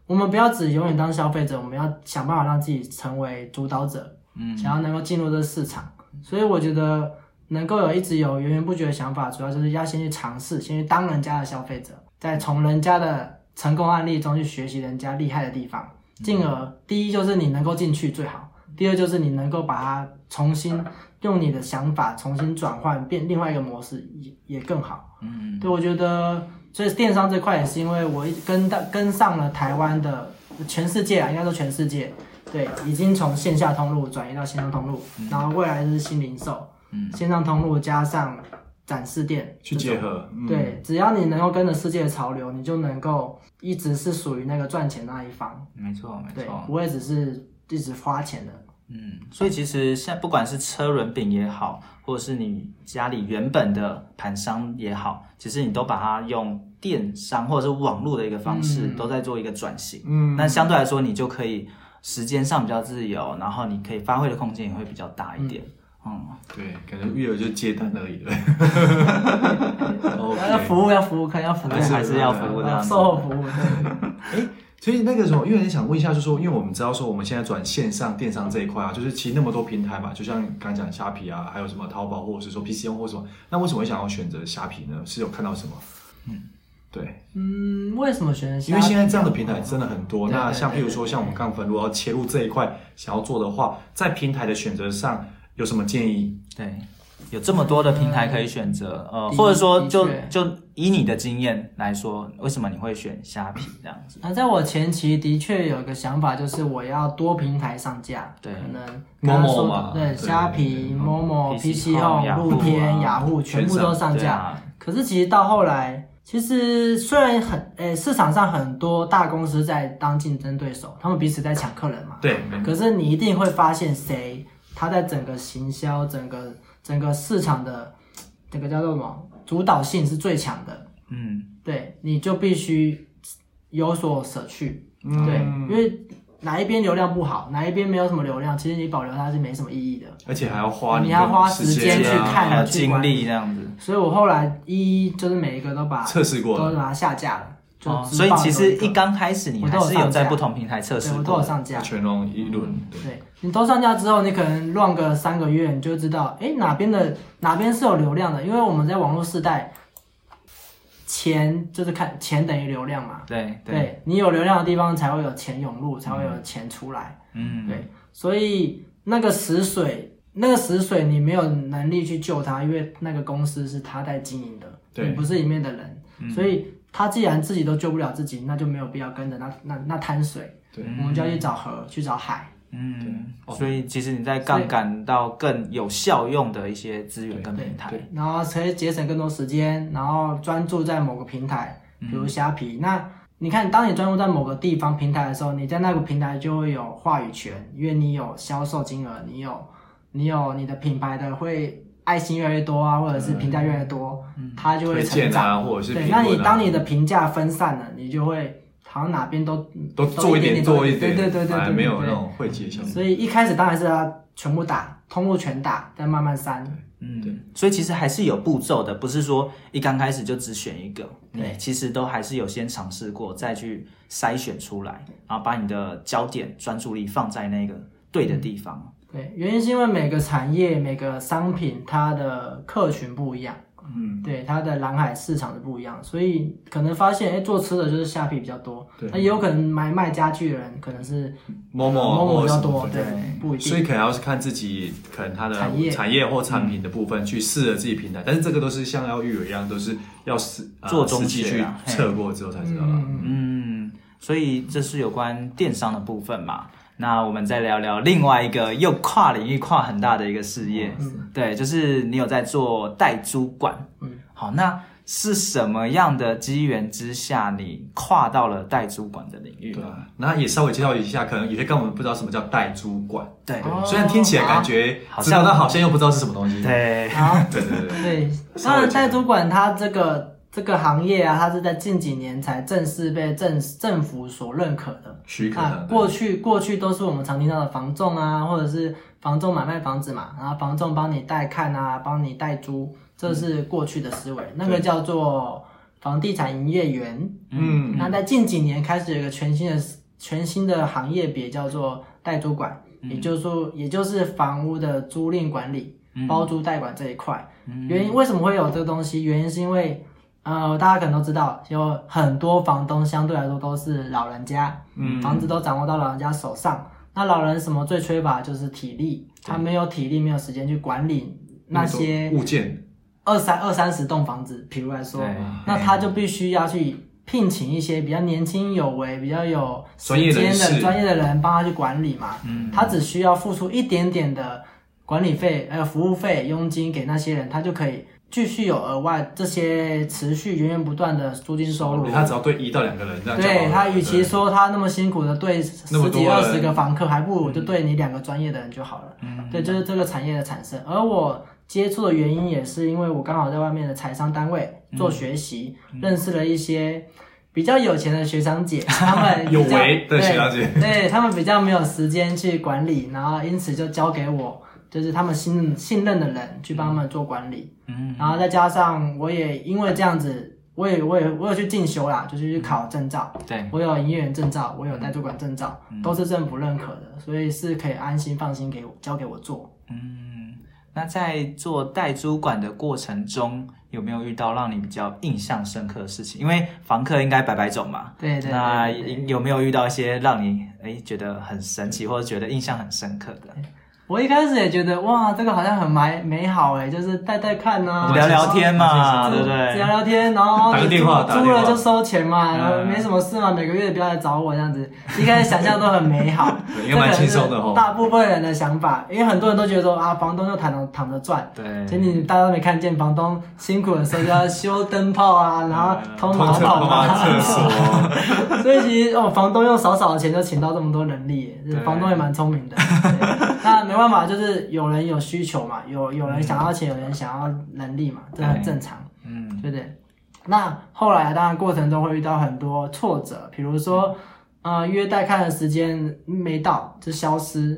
[SPEAKER 4] 我们不要只永远当消费者，我们要想办法让自己成为主导者，嗯，想要能够进入这个市场。所以我觉得能够有一直有源源不绝的想法，主要就是要先去尝试，先去当人家的消费者，再从人家的成功案例中去学习人家厉害的地方，进而第一就是你能够进去最好，第二就是你能够把它重新用你的想法重新转换变另外一个模式也也更好。嗯，对我觉得，所以电商这块也是因为我一跟到跟上了台湾的全世界啊，应该说全世界。对，已经从线下通路转移到线上通路，
[SPEAKER 2] 嗯
[SPEAKER 4] 然后未来就是新零售，线上通路加上展示店
[SPEAKER 2] 去
[SPEAKER 4] 这种
[SPEAKER 2] 结合，嗯，
[SPEAKER 4] 对，只要你能够跟着世界的潮流，你就能够一直是属于那个赚钱的那一方，
[SPEAKER 1] 没错，没
[SPEAKER 4] 对
[SPEAKER 1] 错，。
[SPEAKER 4] 不会只是一直花钱的。
[SPEAKER 1] 嗯，所以其实现在不管是车轮饼也好，或者是你家里原本的盘商也好，其实你都把它用电商或者是网络的一个方式，都在做一个转型。嗯，那相对来说，你就可以时间上比较自由，然后你可以发挥的空间也会比较大一点。嗯，
[SPEAKER 2] 对，感觉育儿就接单而已 了。
[SPEAKER 4] 要
[SPEAKER 2] OK，
[SPEAKER 4] 服务要服务，可能要服务，
[SPEAKER 1] 还是还是要服务这样
[SPEAKER 4] 啊
[SPEAKER 1] 子
[SPEAKER 4] 售后服务。对
[SPEAKER 2] 所以那个什么，因为很想问一下，就是说，因为我们知道说我们现在转线上电商这一块啊，就是其实那么多平台嘛，就像刚讲虾皮啊，还有什么淘宝或者是说 PC 用或什么，那为什么会想要选择虾皮呢？是有看到什么？嗯，对，
[SPEAKER 4] 嗯，为什么选择？
[SPEAKER 2] 因为现在这样的平台真的很多。
[SPEAKER 4] 对
[SPEAKER 2] 那
[SPEAKER 4] 对
[SPEAKER 2] 像譬如
[SPEAKER 4] 对
[SPEAKER 2] 说，
[SPEAKER 4] 对
[SPEAKER 2] 像我们杠粉，如果要切入这一块想要做的话，在平台的选择上有什么建议？
[SPEAKER 1] 对，有这么多的平台可以选择，呃，
[SPEAKER 4] 的
[SPEAKER 1] 或者说
[SPEAKER 4] 的
[SPEAKER 1] 就
[SPEAKER 4] 确
[SPEAKER 1] 就以你的经验来说，为什么你会选虾皮这样子？
[SPEAKER 4] 那啊在我前期的确有一个想法，就是我要多平台上架，
[SPEAKER 1] 对
[SPEAKER 4] 可能
[SPEAKER 2] Momo
[SPEAKER 4] 刚刚说
[SPEAKER 2] 嘛
[SPEAKER 4] 对，
[SPEAKER 2] 对
[SPEAKER 4] 虾皮、Momo、
[SPEAKER 1] PC
[SPEAKER 4] PC
[SPEAKER 1] Home，
[SPEAKER 4] Home、露天、
[SPEAKER 1] 雅
[SPEAKER 4] 雅
[SPEAKER 1] 虎
[SPEAKER 4] 虎全部
[SPEAKER 2] 全
[SPEAKER 4] 都
[SPEAKER 2] 上
[SPEAKER 4] 上
[SPEAKER 1] 对
[SPEAKER 4] 架。
[SPEAKER 1] 啊，
[SPEAKER 4] 可是其实到后来，其实虽然很诶、市场上很多大公司在当竞争对手，他们彼此在抢客人嘛。
[SPEAKER 2] 对，
[SPEAKER 4] 可是你一定会发现谁，他在整个行销、整个整个市场的这个叫做什么主导性是最强的。
[SPEAKER 1] 嗯。
[SPEAKER 4] 对，你就必须有所舍去。对，
[SPEAKER 2] 嗯
[SPEAKER 1] 嗯
[SPEAKER 4] 因为哪一边流量不好，哪一边没有什么流量，其实你保留它是没什么意义的。
[SPEAKER 2] 而且还要花
[SPEAKER 4] 你
[SPEAKER 2] 你
[SPEAKER 4] 要花
[SPEAKER 2] 的
[SPEAKER 4] 时间
[SPEAKER 2] 间
[SPEAKER 4] 去看
[SPEAKER 1] 啊还有
[SPEAKER 4] 去
[SPEAKER 1] 经
[SPEAKER 4] 管
[SPEAKER 1] 历这样子。
[SPEAKER 4] 所以我后来一一就是每一个都把
[SPEAKER 2] 测试过
[SPEAKER 4] 都
[SPEAKER 2] 了。
[SPEAKER 4] 把它下架了。就
[SPEAKER 1] 哦，
[SPEAKER 4] 只
[SPEAKER 1] 所以
[SPEAKER 4] 保留
[SPEAKER 1] 其实
[SPEAKER 4] 个
[SPEAKER 1] 一刚开始你
[SPEAKER 4] 我都
[SPEAKER 1] 还
[SPEAKER 4] 有
[SPEAKER 1] 是有
[SPEAKER 4] 上
[SPEAKER 1] 在
[SPEAKER 4] 架
[SPEAKER 1] 不同平台测试
[SPEAKER 4] 对，我都
[SPEAKER 1] 过
[SPEAKER 4] 有
[SPEAKER 1] 的。
[SPEAKER 4] 上架。
[SPEAKER 2] 全龙一轮，对
[SPEAKER 4] 对你都上架之后，你可能乱个三个月，你就知道，哎，哪边的哪边是有流量的，因为我们在网络时代，钱就是看钱等于流量嘛。
[SPEAKER 1] 对
[SPEAKER 4] 对，你有流量的地方才会有钱涌入，才会有钱出来。
[SPEAKER 1] 嗯，
[SPEAKER 4] 对，所以那个死水，那个死水你没有能力去救他，因为那个公司是他在经营的，
[SPEAKER 2] 对
[SPEAKER 4] 你不是里面的人，所以他既然自己都救不了自己，那就没有必要跟着那那那滩水，
[SPEAKER 2] 对
[SPEAKER 4] 我们就要去找河，去找海。
[SPEAKER 1] 嗯，所以其实你在杠杆到更有效用的一些资源跟平台，
[SPEAKER 2] 对
[SPEAKER 4] 然后可以节省更多时间，然后专注在某个平台，
[SPEAKER 2] 嗯
[SPEAKER 4] 比如虾皮。那你看，当你专注在某个地方平台的时候，你在那个平台就会有话语权，因为你有销售金额，你有你有你的品牌的会爱心越来越多啊，或者是评价越来越多，它就会
[SPEAKER 2] 嗯推
[SPEAKER 4] 成
[SPEAKER 2] 荐
[SPEAKER 4] 长。
[SPEAKER 2] 啊，或者是
[SPEAKER 4] 对，
[SPEAKER 2] 评
[SPEAKER 4] 那
[SPEAKER 2] 论啊
[SPEAKER 4] 你当你的评价分散了，你就会好像哪边都
[SPEAKER 2] 都做一点做一点，
[SPEAKER 4] 对对对对
[SPEAKER 2] 反而
[SPEAKER 4] 对，
[SPEAKER 2] 没有
[SPEAKER 4] 对
[SPEAKER 2] 那种会结效果。
[SPEAKER 4] 所以一开始当然是要全部打，通路全打，再慢慢删。
[SPEAKER 1] 嗯，所以其实还是有步骤的，不是说一刚开始就只选一个，
[SPEAKER 4] 对
[SPEAKER 1] 你其实都还是有先尝试过，再去筛选出来，然后把你的焦点专注力放在那个对的地方，
[SPEAKER 4] 对，原因是因为每个产业、每个商品它的客群不一样，嗯，对，它的蓝海市场是不一样，所以可能发现，哎，做吃的就是虾皮比较多，
[SPEAKER 2] 对
[SPEAKER 4] 那也有可能买卖家具的人可能是
[SPEAKER 2] 某某
[SPEAKER 4] 某某比较多
[SPEAKER 2] 或，者
[SPEAKER 4] 对
[SPEAKER 2] 什么，
[SPEAKER 4] 不一
[SPEAKER 2] 所以
[SPEAKER 4] 定。
[SPEAKER 2] 可能要是看自己可能它的
[SPEAKER 4] 产业嗯
[SPEAKER 2] 产业或产品的部分去试了自己平台，但是这个都是像要育儿一样，都是要实呃
[SPEAKER 1] 做中
[SPEAKER 2] 实际
[SPEAKER 1] 学
[SPEAKER 2] 去
[SPEAKER 1] 啊嘿
[SPEAKER 2] 测过之后才知道的。
[SPEAKER 4] 嗯，
[SPEAKER 1] 嗯，所以这是有关电商的部分嘛。那我们再聊聊另外一个又跨领域、跨很大的一个事业，对，嗯就是你有在做代租管，嗯，好，那是什么样的机缘之下，你跨到了代租管的领域
[SPEAKER 2] 对？啊，那也稍微介绍一下，可能有些跟我们不知道什么叫代主管，
[SPEAKER 1] 对啊
[SPEAKER 4] 哦
[SPEAKER 2] 虽然听起来感觉
[SPEAKER 1] 好
[SPEAKER 2] 知道，
[SPEAKER 1] 好像
[SPEAKER 2] 但好像又不知道是什么
[SPEAKER 1] 嗯
[SPEAKER 2] 东西。
[SPEAKER 1] 对，
[SPEAKER 4] 好，
[SPEAKER 2] 对对对对，
[SPEAKER 4] 对，
[SPEAKER 2] 稍微
[SPEAKER 4] 当然
[SPEAKER 2] 讲
[SPEAKER 4] 代主管他这个这个行业啊，它是在近几年才正式被政政府所认可的。
[SPEAKER 2] 许可
[SPEAKER 4] 啊
[SPEAKER 2] 的，。
[SPEAKER 4] 过
[SPEAKER 2] 去
[SPEAKER 4] 去过去都是我们常听到的房仲啊，或者是房仲买卖房子嘛，然后房仲帮你带看啊，帮你带租，这是过去的思维，那个叫做房地产营业员。
[SPEAKER 2] 嗯，
[SPEAKER 4] 那在近几年开始有一个全新的全新的行业别叫做代租管，
[SPEAKER 2] 嗯
[SPEAKER 4] 也就是说也就是房屋的租赁管理、
[SPEAKER 1] 嗯
[SPEAKER 4] 包租代管这一块。原因为什么会有这个东西？原因是因为呃，大家可能都知道，有很多房东相对来说都是老人家，房子都掌握到老人家手上。那老人什么最缺乏就是体力，他没有体力，没有时间去管理那些
[SPEAKER 2] 物件，
[SPEAKER 4] 二三二三十栋房子，比如来说
[SPEAKER 1] 对，
[SPEAKER 4] 那他就必须要去聘请一些比较年轻有为、比较有时
[SPEAKER 2] 专业
[SPEAKER 4] 间
[SPEAKER 2] 人
[SPEAKER 4] 的
[SPEAKER 2] 士
[SPEAKER 4] 专业的人帮他去管理嘛。嗯，他只需要付出一点点的管理费、呃服务费、佣金给那些人，他就可以继续有额外这些持续源源不断的租金收入。
[SPEAKER 2] 他只要对一到两个人这样就好了。
[SPEAKER 4] 对他，与其
[SPEAKER 2] 对
[SPEAKER 4] 说他那么辛苦的对十
[SPEAKER 2] 那么
[SPEAKER 4] 几
[SPEAKER 2] 多
[SPEAKER 4] 二
[SPEAKER 2] 人嗯
[SPEAKER 4] 十个房客，还不如我就对你两个专业的人就好了。对，就是这个产业的产生。而我接触的原因也是因为我刚好在外面的财商单位
[SPEAKER 2] 嗯
[SPEAKER 4] 做学习，认识了一些比较有钱的学 长姐，他们
[SPEAKER 2] 有
[SPEAKER 4] 比较
[SPEAKER 2] 为的学长姐
[SPEAKER 4] 对对他们比较没有时间去管理，然后因此就交给我，就是他们信任信任的人去帮他们做管理。嗯，然后再加上我也因为这样子，我也我也我有去进修啦，就是去
[SPEAKER 2] 嗯
[SPEAKER 4] 考证照。
[SPEAKER 1] 对，
[SPEAKER 4] 我有营业员证照，我有代主管证照，
[SPEAKER 1] 嗯
[SPEAKER 4] 都是政府认可的，所以是可以安心放心给我交给我做。
[SPEAKER 1] 那在做代租管的过程中，有没有遇到让你比较印象深刻的事情？因为房客应该百百种嘛，
[SPEAKER 4] 对对
[SPEAKER 1] 那
[SPEAKER 4] 对对
[SPEAKER 1] 有没有遇到一些让你哎觉得很神奇或者觉得印象很深刻的？
[SPEAKER 4] 我一开始也觉得哇，这个好像很美美好哎，就是带带看啊呐、
[SPEAKER 1] 聊聊天啊嘛，
[SPEAKER 2] 啊
[SPEAKER 4] 然后
[SPEAKER 1] 对不
[SPEAKER 4] 只
[SPEAKER 1] 对
[SPEAKER 4] 聊？聊天，然后
[SPEAKER 2] 打个电话
[SPEAKER 4] 租
[SPEAKER 2] 打个
[SPEAKER 4] 租
[SPEAKER 2] 电话嗯
[SPEAKER 4] 了就收钱嘛，然后没什么事嘛，每个月不要来找我这样子。一开始想象都很 美好，
[SPEAKER 2] 应该蛮轻松的哦
[SPEAKER 4] 这可能是大部分人的想法，因为很多人都觉得说啊，房东就躺着躺着赚，
[SPEAKER 1] 对
[SPEAKER 4] 其实你大家都没看见，房东辛苦的时候就要修灯泡啊，然后
[SPEAKER 2] 嗯
[SPEAKER 4] 通马桶啊，
[SPEAKER 2] 厕所，
[SPEAKER 4] 所以其实哦，房东用少少的钱就请到这么多人力耶，就是
[SPEAKER 1] 对
[SPEAKER 4] 房东也蛮聪明的。 对那没办法，就是有人有需求嘛，有有人想要钱，有人想要能力嘛，这很正常，
[SPEAKER 1] 嗯，
[SPEAKER 4] 对不对？那后来当然过程中会遇到很多挫折，比如说。呃，约带看的时间没到就消失，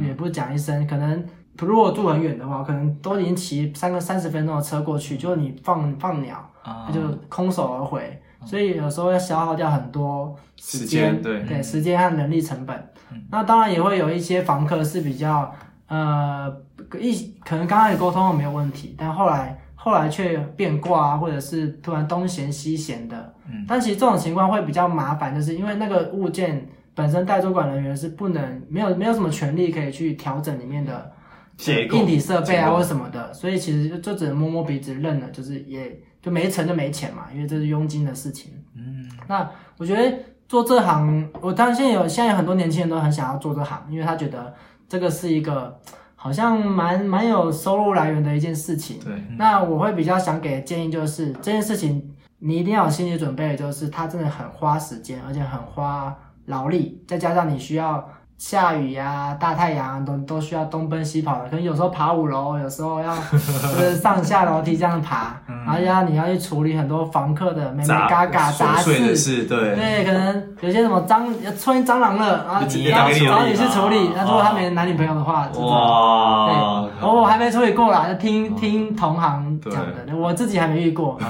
[SPEAKER 4] 也也不讲一声。可能如果住很远的话，可能都已经骑三个三十分钟的车过去，就你放放鸟，
[SPEAKER 1] 啊
[SPEAKER 4] 他就空手而回。所以有时候要消耗掉很多
[SPEAKER 2] 时
[SPEAKER 4] 间，
[SPEAKER 2] 间对
[SPEAKER 4] 对，时间和人力成本。
[SPEAKER 1] 嗯
[SPEAKER 4] 那当然也会有一些房客是比较呃一可能刚开始沟通没有问题，但后来后来却变卦啊，或者是突然东闲西闲的。
[SPEAKER 1] 嗯
[SPEAKER 4] 但其实这种情况会比较麻烦，就是因为那个物件本身代主管人员是不能没有没有什么权利可以去调整里面的
[SPEAKER 2] 结构
[SPEAKER 4] 硬体设
[SPEAKER 2] 呃
[SPEAKER 4] 备
[SPEAKER 2] 结
[SPEAKER 4] 啊
[SPEAKER 2] 构
[SPEAKER 4] 或什么的，所以其实就就只能摸摸鼻子认了，就是也就没成就没钱嘛，因为这是佣金的事情。
[SPEAKER 1] 嗯，
[SPEAKER 4] 那我觉得做这行，我当然现在有现在有很多年轻人都很想要做这行，因为他觉得这个是一个好像蛮蛮有收入来源的一件事情。
[SPEAKER 2] 对，
[SPEAKER 4] 那我会比较想给的建议就是，这件事情你一定要有心理准备，就是它真的很花时间，而且很花劳力，再加上你需要下雨呀、大太阳啊都都需要东奔西跑的，可能有时候爬五楼，有 时候要就是上下楼梯这样爬，
[SPEAKER 2] 嗯
[SPEAKER 4] 然后要你要去处理很多房客的妹妹嘎嘎
[SPEAKER 2] 琐
[SPEAKER 4] 杂
[SPEAKER 2] 碎的
[SPEAKER 4] 事。
[SPEAKER 2] 事，对，
[SPEAKER 4] 对，可能有些什么蟑，出现蟑螂了，然后
[SPEAKER 2] 你
[SPEAKER 4] 你要
[SPEAKER 2] 你哦要
[SPEAKER 4] 找你去
[SPEAKER 2] 处
[SPEAKER 4] 处
[SPEAKER 2] 理
[SPEAKER 4] 理
[SPEAKER 2] 嘛。
[SPEAKER 4] 那如果他没男女朋友的话，就这种
[SPEAKER 2] 哇
[SPEAKER 4] 对，我我还没处理过啦，就听听同行讲的，我自己还没遇过。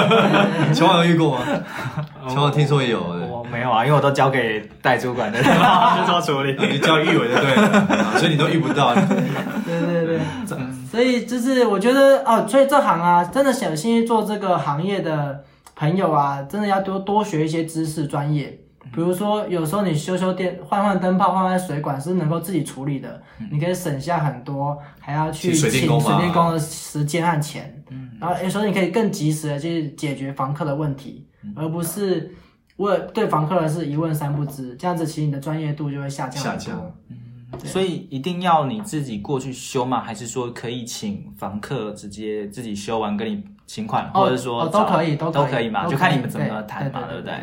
[SPEAKER 2] 球王有遇过吗？ 球王听说也有，对
[SPEAKER 1] 我没有啊，因为我都交给代主 管的人他们去做处理。
[SPEAKER 2] 你叫玉伟的对了，啊 所以你都遇不到。哦
[SPEAKER 4] 对 对对，所以就是我觉得哦，所以这行啊，真的有兴趣做这个行业的朋友啊，真的要多多学一些知识专业。
[SPEAKER 2] 嗯
[SPEAKER 4] 比如说，有时候你修修电、换换灯泡、换换水管是能够自己处理的，你可以省下很多，还要去
[SPEAKER 2] 嗯请水
[SPEAKER 4] 请
[SPEAKER 2] 电工嘛嗯
[SPEAKER 4] 水电工的时间和钱。然后有时候你可以更及时的去解决房客的问题，
[SPEAKER 2] 嗯
[SPEAKER 4] 而不是问对房客的是一问三不知，这样子其实你的专业度就会下降很
[SPEAKER 2] 下降
[SPEAKER 4] 多。
[SPEAKER 1] 所以一定要你自己过去修吗？还是说可以请房客直接自己修完跟你请款，
[SPEAKER 4] 哦
[SPEAKER 1] 或者说
[SPEAKER 4] 哦都
[SPEAKER 1] 找
[SPEAKER 4] 可以，
[SPEAKER 1] 都
[SPEAKER 4] 可以
[SPEAKER 1] 可以嘛？就看你们怎么谈嘛，
[SPEAKER 4] 对
[SPEAKER 1] 不对？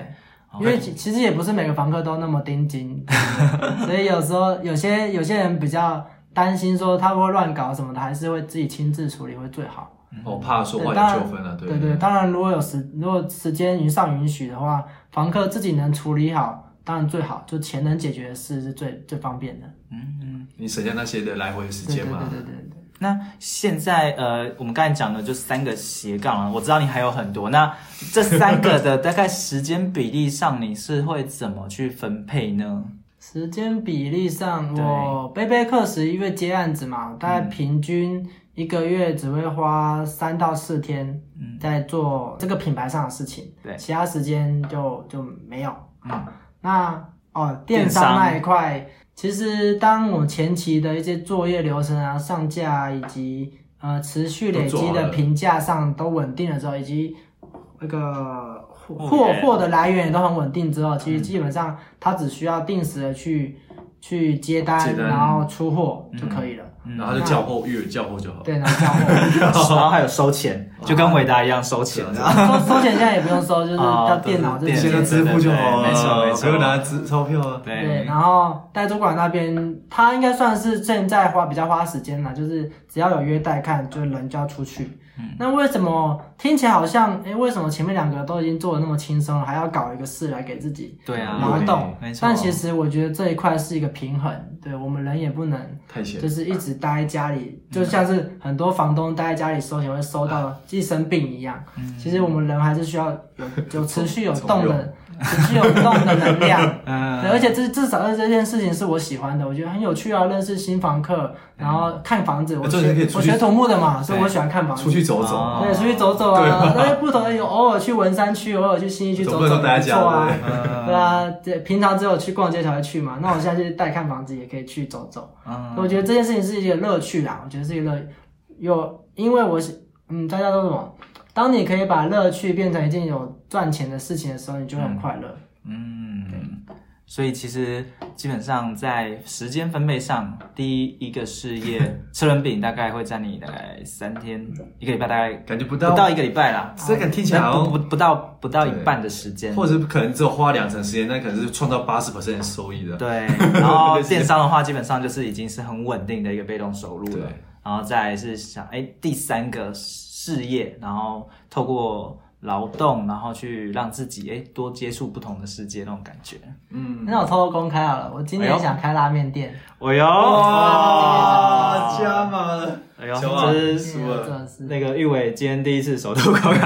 [SPEAKER 4] 因为其其实也不是每个房客都那么盯紧， 所以有时候有些有些人比较担心说他会乱搞什么的，还是会自己亲自处理会最好。
[SPEAKER 2] 我怕说话
[SPEAKER 4] 对当然
[SPEAKER 2] 有纠纷啊嗯了，对
[SPEAKER 4] 对对，当然如果有时如果时间云上允许的话，房客自己能处理好，当然最好，就钱能解决的事是最最方便的。
[SPEAKER 2] 你省下那些的来回的时
[SPEAKER 4] 对对
[SPEAKER 2] 间
[SPEAKER 4] 对
[SPEAKER 2] 嘛。
[SPEAKER 4] 对对对。
[SPEAKER 1] 那现在呃，我们刚才讲的就三个斜杠啊，我知道你还有很多。那这三个的 大概时间比例上，你是会怎么去分配 呢？
[SPEAKER 4] 时间比例上，
[SPEAKER 1] 对
[SPEAKER 4] 我背背课时因为接案子嘛，大概平均一个月只会花三到四天在做这个品牌上的事情，
[SPEAKER 1] 对
[SPEAKER 4] 其他时间就就没有。啊
[SPEAKER 1] 嗯
[SPEAKER 4] 那哦，
[SPEAKER 1] 电
[SPEAKER 4] 电
[SPEAKER 1] 商
[SPEAKER 4] 商那一块，其实当我前期的一些作业流程啊、上架啊以及呃持续累积
[SPEAKER 2] 都做好
[SPEAKER 4] 的
[SPEAKER 2] 了
[SPEAKER 4] 评价上都稳定了之后，以及那个货
[SPEAKER 1] 货
[SPEAKER 4] 货
[SPEAKER 1] 源
[SPEAKER 4] 货的来源也都很稳定之后，其实基本上它只需要定时的去去接单，
[SPEAKER 2] 接单
[SPEAKER 4] 然后出货就可以了。
[SPEAKER 1] 嗯
[SPEAKER 4] 嗯
[SPEAKER 2] 然后他就叫货，玉伟叫货就好。
[SPEAKER 4] 对，然后交货，
[SPEAKER 1] 然后还有收钱，就跟伟达一样收钱。
[SPEAKER 2] 对
[SPEAKER 4] 收收钱现在也不用收，就是
[SPEAKER 1] 嗯哦
[SPEAKER 4] 到电脑
[SPEAKER 1] 都
[SPEAKER 4] 就是直
[SPEAKER 1] 电
[SPEAKER 4] 接
[SPEAKER 2] 现在支付就好了，
[SPEAKER 1] 对对对没错没错
[SPEAKER 2] 不用拿支钞票啊。
[SPEAKER 4] 对，然后代主管那边，他应该算是现在花比较花时间了，就是只要有约带看，就人就要出去。
[SPEAKER 1] 嗯
[SPEAKER 4] 那为什么听起来好像，哎，为什么前面两个都已经做的那么轻松了，还要搞一个事来给自己
[SPEAKER 1] 对啊，
[SPEAKER 4] 劳动？
[SPEAKER 1] 没错。
[SPEAKER 4] 但其实我觉得这一块是一个平衡，对我们人也不能
[SPEAKER 2] 太闲
[SPEAKER 4] 就，是一直待在家里，就像是很多房东待在家里收钱会收到自己生病一样。其实我们人还是需要有有持续有动的，持续有动的能量。
[SPEAKER 1] 嗯
[SPEAKER 4] 对，而且这至少这件事情是我喜欢的，我觉得很有趣啊，认识新房客，然后看房子。我
[SPEAKER 2] 这也可以
[SPEAKER 4] 学
[SPEAKER 2] 出
[SPEAKER 4] 我
[SPEAKER 2] 去
[SPEAKER 4] 学土木的嘛，所以
[SPEAKER 1] 对
[SPEAKER 4] 我喜欢看房子。
[SPEAKER 2] 出去走
[SPEAKER 1] 哦
[SPEAKER 2] 走。
[SPEAKER 4] 对，出去走走
[SPEAKER 2] 对啊
[SPEAKER 4] 啊， 那些不同的有偶尔去文山区，偶尔去新义区
[SPEAKER 2] 总
[SPEAKER 4] 走
[SPEAKER 2] 不
[SPEAKER 4] 走，
[SPEAKER 2] 能都待在
[SPEAKER 4] 也不
[SPEAKER 2] 家
[SPEAKER 4] 错啊
[SPEAKER 2] 对。
[SPEAKER 4] 对啊，这平常只有去逛街才会去嘛。那我现在去带看房子，也可以去走 走。
[SPEAKER 2] 啊
[SPEAKER 4] 我觉得这件事情是一个乐趣啦，我觉得是一个乐，有因为我是嗯，大家都什么？当你可以把乐趣变成一件有赚钱的事情的时候，你就会很快乐。
[SPEAKER 1] 嗯，所以其实基本上在时间分配上，第一一个事 业车轮饼大概会占你大概三天，一个礼拜大概
[SPEAKER 2] 感觉
[SPEAKER 1] 不
[SPEAKER 2] 不到啊
[SPEAKER 1] 到一个礼拜啦，
[SPEAKER 2] 这个听起来好
[SPEAKER 1] 不
[SPEAKER 2] 像
[SPEAKER 1] 不不到不到一半的时间。
[SPEAKER 2] 或者可能只有花两成时间，那可能是创造八十 percent 的收益的。
[SPEAKER 1] 对，然后电商的话，基本上就是已经是很稳定的一个被动收入了
[SPEAKER 2] 对。
[SPEAKER 1] 然后再来是想，哎，第三个事业，然后透过劳动，然后去让自己哎多接触不同的世界那种感觉。
[SPEAKER 2] 嗯
[SPEAKER 4] 那我偷偷公开好了，我今年
[SPEAKER 1] 哎呦
[SPEAKER 4] 想开拉面店，
[SPEAKER 1] 我有，
[SPEAKER 2] 哇，加码了，
[SPEAKER 1] 哎呦，
[SPEAKER 2] 小马
[SPEAKER 1] 这是
[SPEAKER 4] 今
[SPEAKER 2] 输
[SPEAKER 4] 年
[SPEAKER 2] 了
[SPEAKER 4] 真。的是
[SPEAKER 1] 那个玉伟今天第一次首度公开，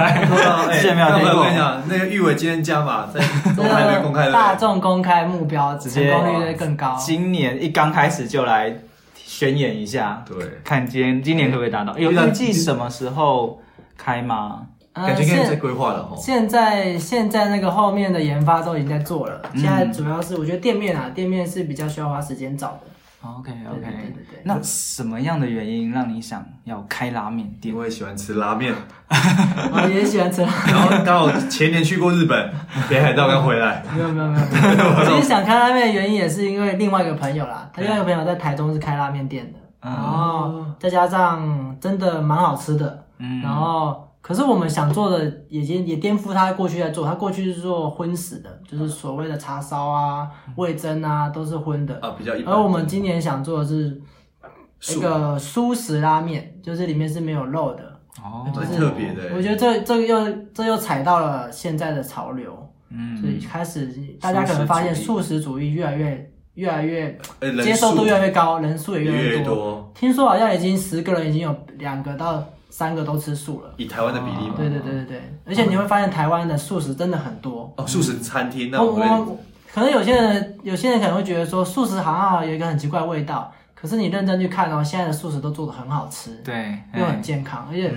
[SPEAKER 1] 之
[SPEAKER 2] 哎
[SPEAKER 1] 前没有听
[SPEAKER 2] 那我
[SPEAKER 1] 过
[SPEAKER 2] 跟。你讲，那个玉伟今天加码，在
[SPEAKER 4] 这
[SPEAKER 2] 公开没公开
[SPEAKER 4] 个
[SPEAKER 2] 的，
[SPEAKER 4] 大众公开目标
[SPEAKER 1] 直
[SPEAKER 4] 成
[SPEAKER 1] 接
[SPEAKER 4] 功率会更高。
[SPEAKER 1] 今年一刚开始就来宣言一下，
[SPEAKER 2] 对
[SPEAKER 1] 看今天今年可不可以达到？有
[SPEAKER 2] 遇到
[SPEAKER 1] 预计什么时候开吗？
[SPEAKER 4] 呃
[SPEAKER 2] 感觉应该有在
[SPEAKER 4] 现
[SPEAKER 2] 规划了哦。
[SPEAKER 4] 现在现在那个后面的研发都已经在做了，现在主要是我觉得店面啊，店面是比较需要花时间找的。
[SPEAKER 2] 哦
[SPEAKER 1] OK
[SPEAKER 4] 对
[SPEAKER 1] OK，
[SPEAKER 4] 对对对对
[SPEAKER 1] 那什么样的原因让你想要开拉面店
[SPEAKER 2] 因？为喜欢吃拉面，
[SPEAKER 4] 我哦也喜欢吃拉面，
[SPEAKER 2] 然后刚好前年去过日本，北海道刚回来，
[SPEAKER 4] 没有没有没有，没有我其实想开拉面的原因也是因为另外一个朋友啦，他另外一个朋友在台中是开拉面店的，然
[SPEAKER 1] 嗯
[SPEAKER 2] 哦
[SPEAKER 4] 后再加上真的蛮好吃的，
[SPEAKER 1] 嗯
[SPEAKER 4] 然后可是我们想做的已经也颠覆他过去在做，他过去是做荤食的，就是所谓的叉烧啊、味增啊都是荤的，
[SPEAKER 2] 啊，比较一般。
[SPEAKER 4] 而我们今年想做的是那
[SPEAKER 2] 素
[SPEAKER 4] 个素食拉面，就是里面是没有肉的，
[SPEAKER 1] 哦，
[SPEAKER 2] 蛮特别的欸，
[SPEAKER 4] 我觉得这这个又这又踩到了现在的潮流，
[SPEAKER 1] 嗯
[SPEAKER 4] 所以开始大家可能发现素
[SPEAKER 2] 素
[SPEAKER 4] 食主义越来越越来越
[SPEAKER 2] 呃人
[SPEAKER 4] 接受
[SPEAKER 2] 数
[SPEAKER 4] 度越来越高，人数也
[SPEAKER 2] 越
[SPEAKER 4] 越
[SPEAKER 2] 来
[SPEAKER 4] 来
[SPEAKER 2] 越
[SPEAKER 4] 多。
[SPEAKER 2] 多，
[SPEAKER 4] 听说好像已经十个人已经有两个到三个都吃素了。
[SPEAKER 2] 以台湾的比例嘛。
[SPEAKER 4] 对对对对对，而且你会发现台湾的素食真的很多。
[SPEAKER 2] 哦，素食餐厅那
[SPEAKER 4] 我
[SPEAKER 2] 我
[SPEAKER 4] 我
[SPEAKER 2] 们
[SPEAKER 4] 我哦可能有些人有些人可能会觉得说素食好像有一个很奇怪的味道，可是你认真去看哦，现在的素食都做的很好吃。
[SPEAKER 1] 对，
[SPEAKER 4] 又很
[SPEAKER 1] 嗯
[SPEAKER 4] 健康，而且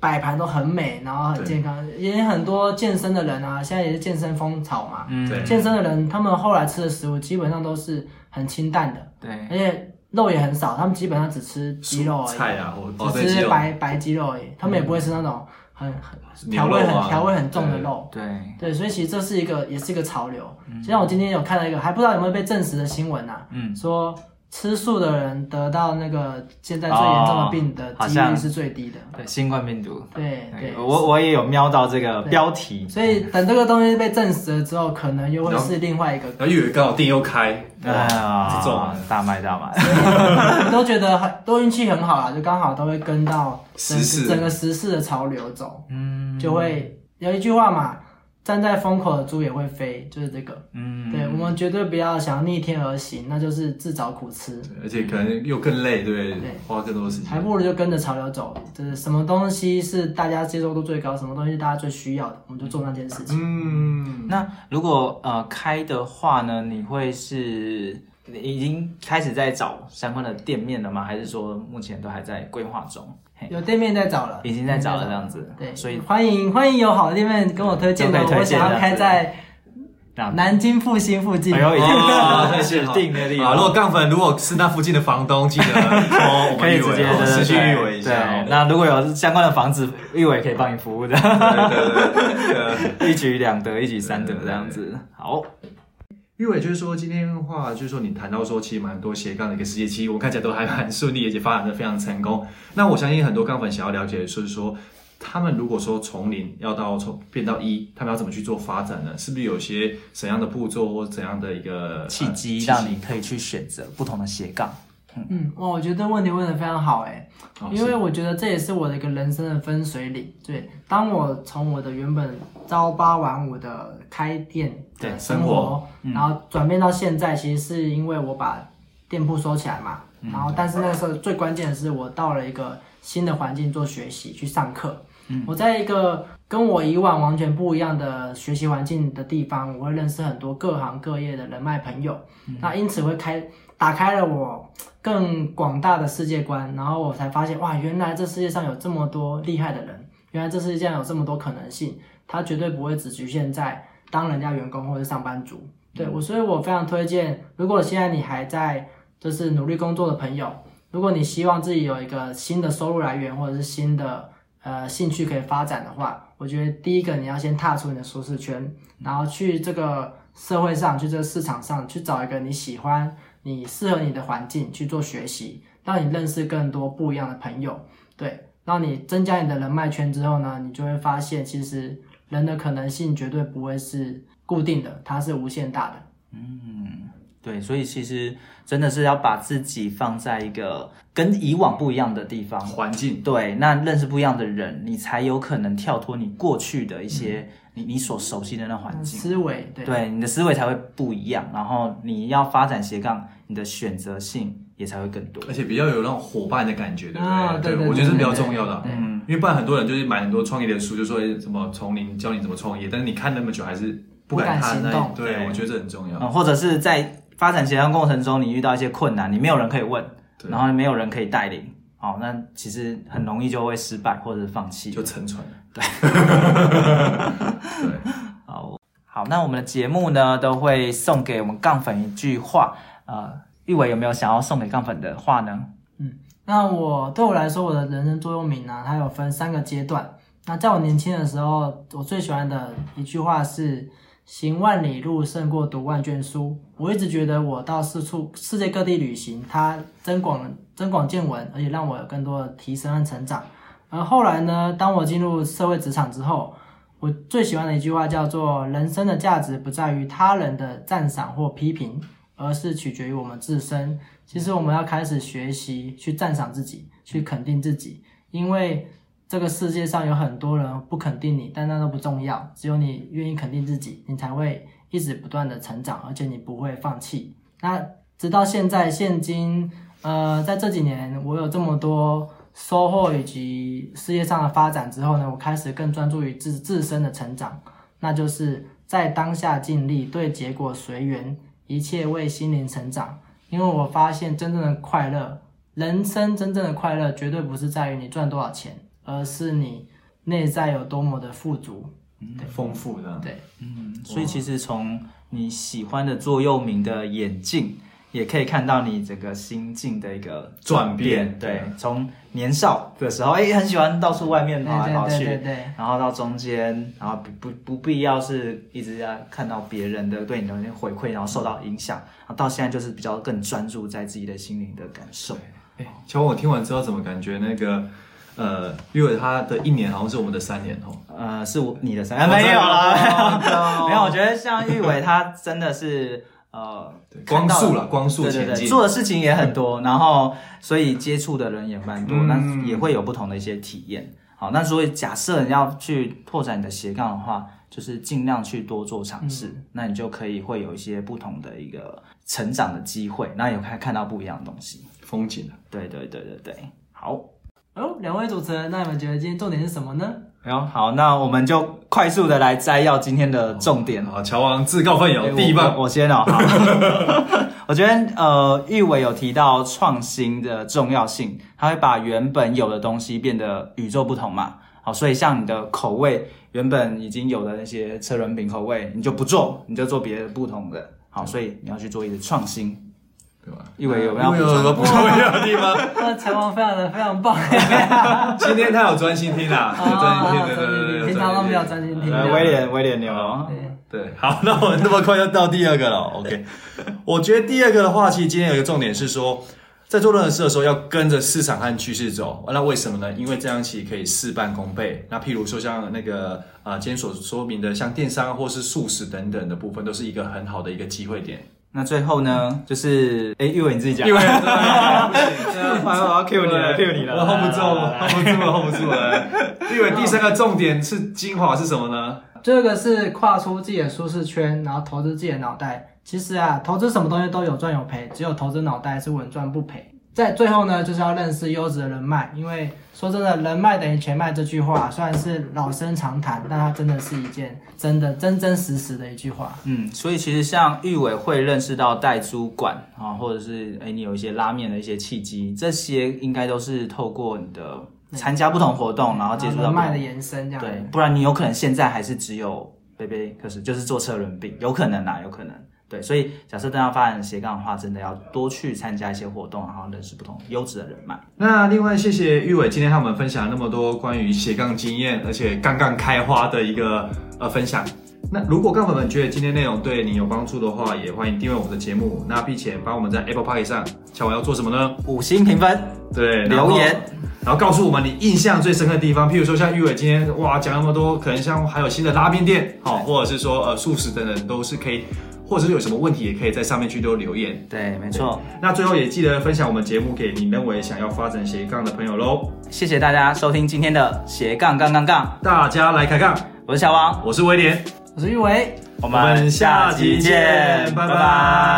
[SPEAKER 4] 摆盘都很美，然后很健康。也很多健身的人啊，现在也是健身风潮嘛。
[SPEAKER 1] 嗯
[SPEAKER 2] 对
[SPEAKER 4] 健身的人，他们后来吃的食物基本上都是很清淡的，
[SPEAKER 1] 对
[SPEAKER 4] 而且肉也很少，他们基本上只吃鸡肉而
[SPEAKER 2] 菜
[SPEAKER 4] 已，
[SPEAKER 2] 啊，我哦对
[SPEAKER 4] 只
[SPEAKER 2] 鸡
[SPEAKER 4] 吃
[SPEAKER 2] 肉
[SPEAKER 4] 白白鸡肉而已。他们也不会吃那种很很调
[SPEAKER 2] 牛
[SPEAKER 4] 味
[SPEAKER 2] 肉
[SPEAKER 4] 很
[SPEAKER 2] 啊
[SPEAKER 4] 调味很重的肉。
[SPEAKER 1] 对，
[SPEAKER 4] 对，所以其实这是一个，也是一个潮流。就像我今天有看到一个还不知道有没有被证实的新闻呐，
[SPEAKER 1] 嗯
[SPEAKER 4] 说吃素的人得到那个现在最严重的病的
[SPEAKER 1] 哦好
[SPEAKER 4] 几率
[SPEAKER 1] 像
[SPEAKER 4] 是最低的。
[SPEAKER 1] 对，新冠病毒，
[SPEAKER 4] 对对，
[SPEAKER 1] 我我也有瞄到这个标题，
[SPEAKER 4] 所以等这个东西被证实了之后，可能又会是另外一个。
[SPEAKER 2] 然后又有刚好店又开，
[SPEAKER 1] 啊，
[SPEAKER 2] 这种
[SPEAKER 1] 大卖大卖，
[SPEAKER 4] 都觉得很都运气很好啦，就刚好都会跟到整
[SPEAKER 2] 时事
[SPEAKER 4] 整个时事的潮流走，嗯，就会有一句话嘛，站在风口的猪也会飞，就是这个，嗯，对，我们绝对不要想逆天而行，那就是自找苦吃，
[SPEAKER 2] 而且可能又更累，对不对
[SPEAKER 4] 对？
[SPEAKER 2] 花更多时
[SPEAKER 4] 还
[SPEAKER 2] 间。
[SPEAKER 4] 不如就跟着潮流走，就是什么东西是大家接受度最高，什么东西大家最需要的，我们就做那件事情。
[SPEAKER 2] 嗯，
[SPEAKER 1] 那如果呃开的话呢，你会是你已经开始在找相关的店面了吗？还是说目前都还在规划中？嘿，
[SPEAKER 4] 有店面在找了，
[SPEAKER 1] 已经在找了这样子，
[SPEAKER 4] 对，
[SPEAKER 1] 所以
[SPEAKER 4] 欢迎欢迎有好的店面跟我推荐的，
[SPEAKER 1] 都可以
[SPEAKER 4] 我
[SPEAKER 1] 推荐
[SPEAKER 4] 想要开在
[SPEAKER 1] 让
[SPEAKER 4] 南京复兴附近。
[SPEAKER 1] 哎呦，已经
[SPEAKER 2] 哦太
[SPEAKER 1] 指
[SPEAKER 2] 幸好
[SPEAKER 1] 定的地
[SPEAKER 2] 啊！
[SPEAKER 1] 方
[SPEAKER 2] 如。果杠粉如果是那附近的房东， 记得哦，我
[SPEAKER 1] 可
[SPEAKER 2] 们
[SPEAKER 1] 以
[SPEAKER 2] 玉
[SPEAKER 1] 直接
[SPEAKER 2] 伟哦
[SPEAKER 1] 对
[SPEAKER 2] 私
[SPEAKER 1] 对
[SPEAKER 2] 信
[SPEAKER 1] 对
[SPEAKER 2] 玉伟一下
[SPEAKER 1] 对
[SPEAKER 2] 哦。
[SPEAKER 1] 那如果有相关的房子，玉伟可以帮你服务的，
[SPEAKER 2] 哦对对对对对。
[SPEAKER 1] 一举两得，一举三得这样子。好，
[SPEAKER 2] 玉伟就是说，今天的话就是说，你谈到说，其实蛮多斜杠的一个世界，其实我看起来都还蛮顺利，而且发展的非常成功。那我相信很多杠粉想要了解，就是说，他们如果说从零要到从变到一，他们要怎么去做发展呢？是不是有些怎样的步骤或怎样的一个呃
[SPEAKER 1] 契机让你可以去选择不同的斜杠。
[SPEAKER 4] 嗯，哇，我觉得问题问的非常好哎、
[SPEAKER 2] 哦
[SPEAKER 4] 因为我觉得这也是我的一个人生的分水岭。对，当我从我的原本朝八晚五的开店的
[SPEAKER 2] 对
[SPEAKER 4] 生
[SPEAKER 2] 生活嗯
[SPEAKER 4] 然后转变到现在，其实是因为我把店铺收起来嘛，
[SPEAKER 2] 嗯
[SPEAKER 4] 然后但是那个时候最关键的是我到了一个新的环境做学习去上课，
[SPEAKER 2] 嗯
[SPEAKER 4] 我在一个跟我以往完全不一样的学习环境的地方，我会认识很多各行各业的人脉朋友，
[SPEAKER 2] 嗯
[SPEAKER 4] 那因此会开打开了我更广大的世界观，然后我才发现哇，原来这世界上有这么多厉害的人，原来这世界上有这么多可能性，他绝对不会只局限在当人家员工或者上班族。对我，所以我非常推荐，如果现在你还在就是努力工作的朋友，如果你希望自己有一个新的收入来源或者是新的呃兴趣可以发展的话，我觉得第一个你要先踏出你的舒适圈，然后去这个社会上，去这个市场上去找一个你喜欢、你适合你的环境去做学习，让你认识更多不一样的朋友，对，让你增加你的人脉圈之后呢，你就会发现其实人的可能性绝对不会是固定的，它是无限大的。
[SPEAKER 1] 嗯对，所以其实真的是要把自己放在一个跟以往不一样的地方，
[SPEAKER 2] 环境？
[SPEAKER 1] 对，那认识不一样的人，你才有可能跳脱你过去的一些、你你所熟悉的那环境，
[SPEAKER 4] 思维对
[SPEAKER 1] 对，你的思维才会不一样，然后你要发展斜杠，你的选择性也才会更多。
[SPEAKER 2] 而且比较有那种伙伴的感觉，对不对？
[SPEAKER 4] 啊对对对
[SPEAKER 2] 我觉得是比较
[SPEAKER 4] 对对
[SPEAKER 2] 重要的啊。
[SPEAKER 4] 对
[SPEAKER 2] 嗯，因为不然很多人就是买很多创业的书，就说哎什么从零教你怎么创业，但是你看那么久还是不敢
[SPEAKER 4] 不敢
[SPEAKER 2] 踏那
[SPEAKER 4] 行动
[SPEAKER 2] 一。对，
[SPEAKER 1] 对
[SPEAKER 2] 我觉得这很重要。
[SPEAKER 1] 嗯，或者是在发展斜杠过程中，你遇到一些困难，你没有人可以问，
[SPEAKER 2] 对
[SPEAKER 1] 然后没有人可以带领，哦，那其实很容易就会失败或者是放弃。
[SPEAKER 2] 就 沉船了。
[SPEAKER 1] 好，那我们的节目呢都会送给我们杠粉一句话，呃，玉伟有没有想要送给杠粉的话呢？
[SPEAKER 4] 那我对我来说，我的人生座右铭呢，它有分三个阶段。那在我年轻的时候，我最喜欢的一句话是“行万里路胜过读万卷书”。我一直觉得我到四处世界各地旅行，它增广增广见闻，而且让我有更多的提升和成长。而后来呢，当我进入社会职场之后，我最喜欢的一句话叫做“人生的价值不在于他人的赞赏或批评，而是取决于我们自身”。其实我们要开始学习去赞赏自己，去肯定自己，因为这个世界上有很多人不肯定你，但那都不重要，只有你愿意肯定自己，你才会一直不断的成长，而且你不会放弃。那直到现在，现今，呃，在这几年我有这么多收获以及事业上的发展之后呢，我开始更专注于自自身的成长，那就是在当下尽力，对结果随缘，一切为心灵成长。因为我发现真正的快乐，人生真正的快乐绝对不是在于你赚多少钱，而是你内在有多么的富足。
[SPEAKER 2] 丰富的，
[SPEAKER 4] 对，
[SPEAKER 1] 嗯所以其实从你喜欢的座右铭的眼镜，也可以看到你整个心境的一个
[SPEAKER 2] 转变
[SPEAKER 1] 嗯对，从年少的时候，哎，很喜欢到处外面
[SPEAKER 4] 对
[SPEAKER 1] 跑来跑
[SPEAKER 4] 对对
[SPEAKER 1] 去，
[SPEAKER 4] 对对，
[SPEAKER 1] 然后到中间，然后不不不必要是一直在看到别人的对你的那些回馈，然后受到影响，然后到现在就是比较更专注在自己的心灵的感受。
[SPEAKER 2] 哎，乔，我听完之后怎么感觉那个呃，因为他的一年好像是我们的三年哦。
[SPEAKER 1] 呃，是我你的
[SPEAKER 2] 啊
[SPEAKER 1] 生日、没有 啦，没有。我觉得像玉伟他真的是呃，
[SPEAKER 2] 对
[SPEAKER 1] 看
[SPEAKER 2] 光
[SPEAKER 1] 到
[SPEAKER 2] 速了，光速
[SPEAKER 1] 对
[SPEAKER 2] 前
[SPEAKER 1] 对对，
[SPEAKER 2] 进，
[SPEAKER 1] 做的事情也很多，然后所以接触的人也蛮多，那、
[SPEAKER 2] 嗯
[SPEAKER 1] 也会有不同的一些体验。好，那所以假设你要去拓展你的斜杠的话，就是尽量去多做尝试，
[SPEAKER 2] 嗯
[SPEAKER 1] 那你就可以会有一些不同的一个成长的机会，那也可以看到不一样的东西。
[SPEAKER 2] 风景啊。
[SPEAKER 1] 对对对对对，好。
[SPEAKER 4] 哦，两位主持人，那你们觉得今天重点是什么呢？
[SPEAKER 1] 哎呦，好，那我们就快速的来摘要今天的重点
[SPEAKER 2] 好，啊乔王自告奋
[SPEAKER 1] 哎
[SPEAKER 2] 勇，
[SPEAKER 1] 我
[SPEAKER 2] 第一棒
[SPEAKER 1] 我，我先哦。好 我觉得呃，玉伟有提到创新的重要性，他会把原本有的东西变得与众不同嘛。好，所以像你的口味，原本已经有的那些车轮饼口味，你就不做，你就做别的不同的。好，所以你要去做一些创新。
[SPEAKER 2] 对吧？
[SPEAKER 1] 玉伟有没有
[SPEAKER 2] 因为有什么不重要的地方？
[SPEAKER 4] 那乔王非常的非 常棒，
[SPEAKER 2] 今天他有专心听
[SPEAKER 8] 啊
[SPEAKER 2] 啦， 有
[SPEAKER 4] 哦
[SPEAKER 2] 专哦心听，对对对对，
[SPEAKER 4] 平常都没有专心
[SPEAKER 2] 哎
[SPEAKER 4] 听。
[SPEAKER 1] 呃威廉威廉牛哦？
[SPEAKER 4] 对，
[SPEAKER 2] 对，
[SPEAKER 8] 好， 那我们那么快就到第二个了。OK，我觉得第二个的话，其实今天有一个重点是说，在做任何事的时候要跟着市场和趋势走。那为什么呢？因为这样其实可以事半功倍。那譬如说像那个啊、呃今天所说明的，像电商或是素食等等的部分，都是一个很好的一个机会点。
[SPEAKER 1] 那最后呢，就是哎，玉伟你自己讲。
[SPEAKER 2] 因为
[SPEAKER 1] 哎我要 Q 你了，Q 你了，
[SPEAKER 2] 我 hold 不住
[SPEAKER 1] 来来来来
[SPEAKER 2] ，hold 不住了，hold 不住了。因为第三个重点是精华是什么呢？
[SPEAKER 4] 第二个是跨出自己的舒适圈，然后投资自己的脑袋。其实啊，投资什么东西都有赚有赔，只有投资脑袋是稳赚不赔。在最后呢，就是要认识优质的人脉，因为说真的，人脉等于钱脉这句话虽然是老生常谈，但它真的是一件真的真真实实的一句话。
[SPEAKER 1] 嗯，所以其实像玉委会认识到代租馆啊，或者是哎你有一些拉面的一些契机，这些应该都是透过你的参加不同活动，然后接触到
[SPEAKER 4] 人
[SPEAKER 1] 不
[SPEAKER 4] 脉的
[SPEAKER 1] 同
[SPEAKER 4] 延伸，这样
[SPEAKER 1] 对，不然你有可能现在还是只有杯杯，可是就是做车轮饼，有可能啊，有可能。对，所以假设大家发展斜杠的话，真的要多去参加一些活动，然后认识不同优质的人脉。
[SPEAKER 2] 那另外，谢谢玉伟今天和我们分享了那么多关于斜杠经验，而且杠杠开花的一个呃分享。那如果杠粉们觉得今天内容对你有帮助的话，也欢迎订阅我们的节目。那并且帮我们在 Apple Park 上，乔王要做什么呢？
[SPEAKER 1] 五星评分，
[SPEAKER 2] 对，
[SPEAKER 1] 留
[SPEAKER 2] 然后
[SPEAKER 1] 言，
[SPEAKER 2] 然后告诉我们你印象最深刻的地方，譬如说像玉伟今天哇讲那么多，可能像还有新的拉面店，好、或者是说呃素食等等都是可以，或者是有什么问题也可以在上面去都留言。
[SPEAKER 1] 对，没错。
[SPEAKER 2] 那最后也记得分享我们节目给你认为想要发展斜杠的朋友喽，
[SPEAKER 1] 谢谢大家收听今天的斜杠杠杠杠，
[SPEAKER 2] 大家来开杠，
[SPEAKER 1] 我是小王，
[SPEAKER 2] 我是威廉，
[SPEAKER 4] 我是玉维，
[SPEAKER 1] 我
[SPEAKER 2] 我们下集见，拜拜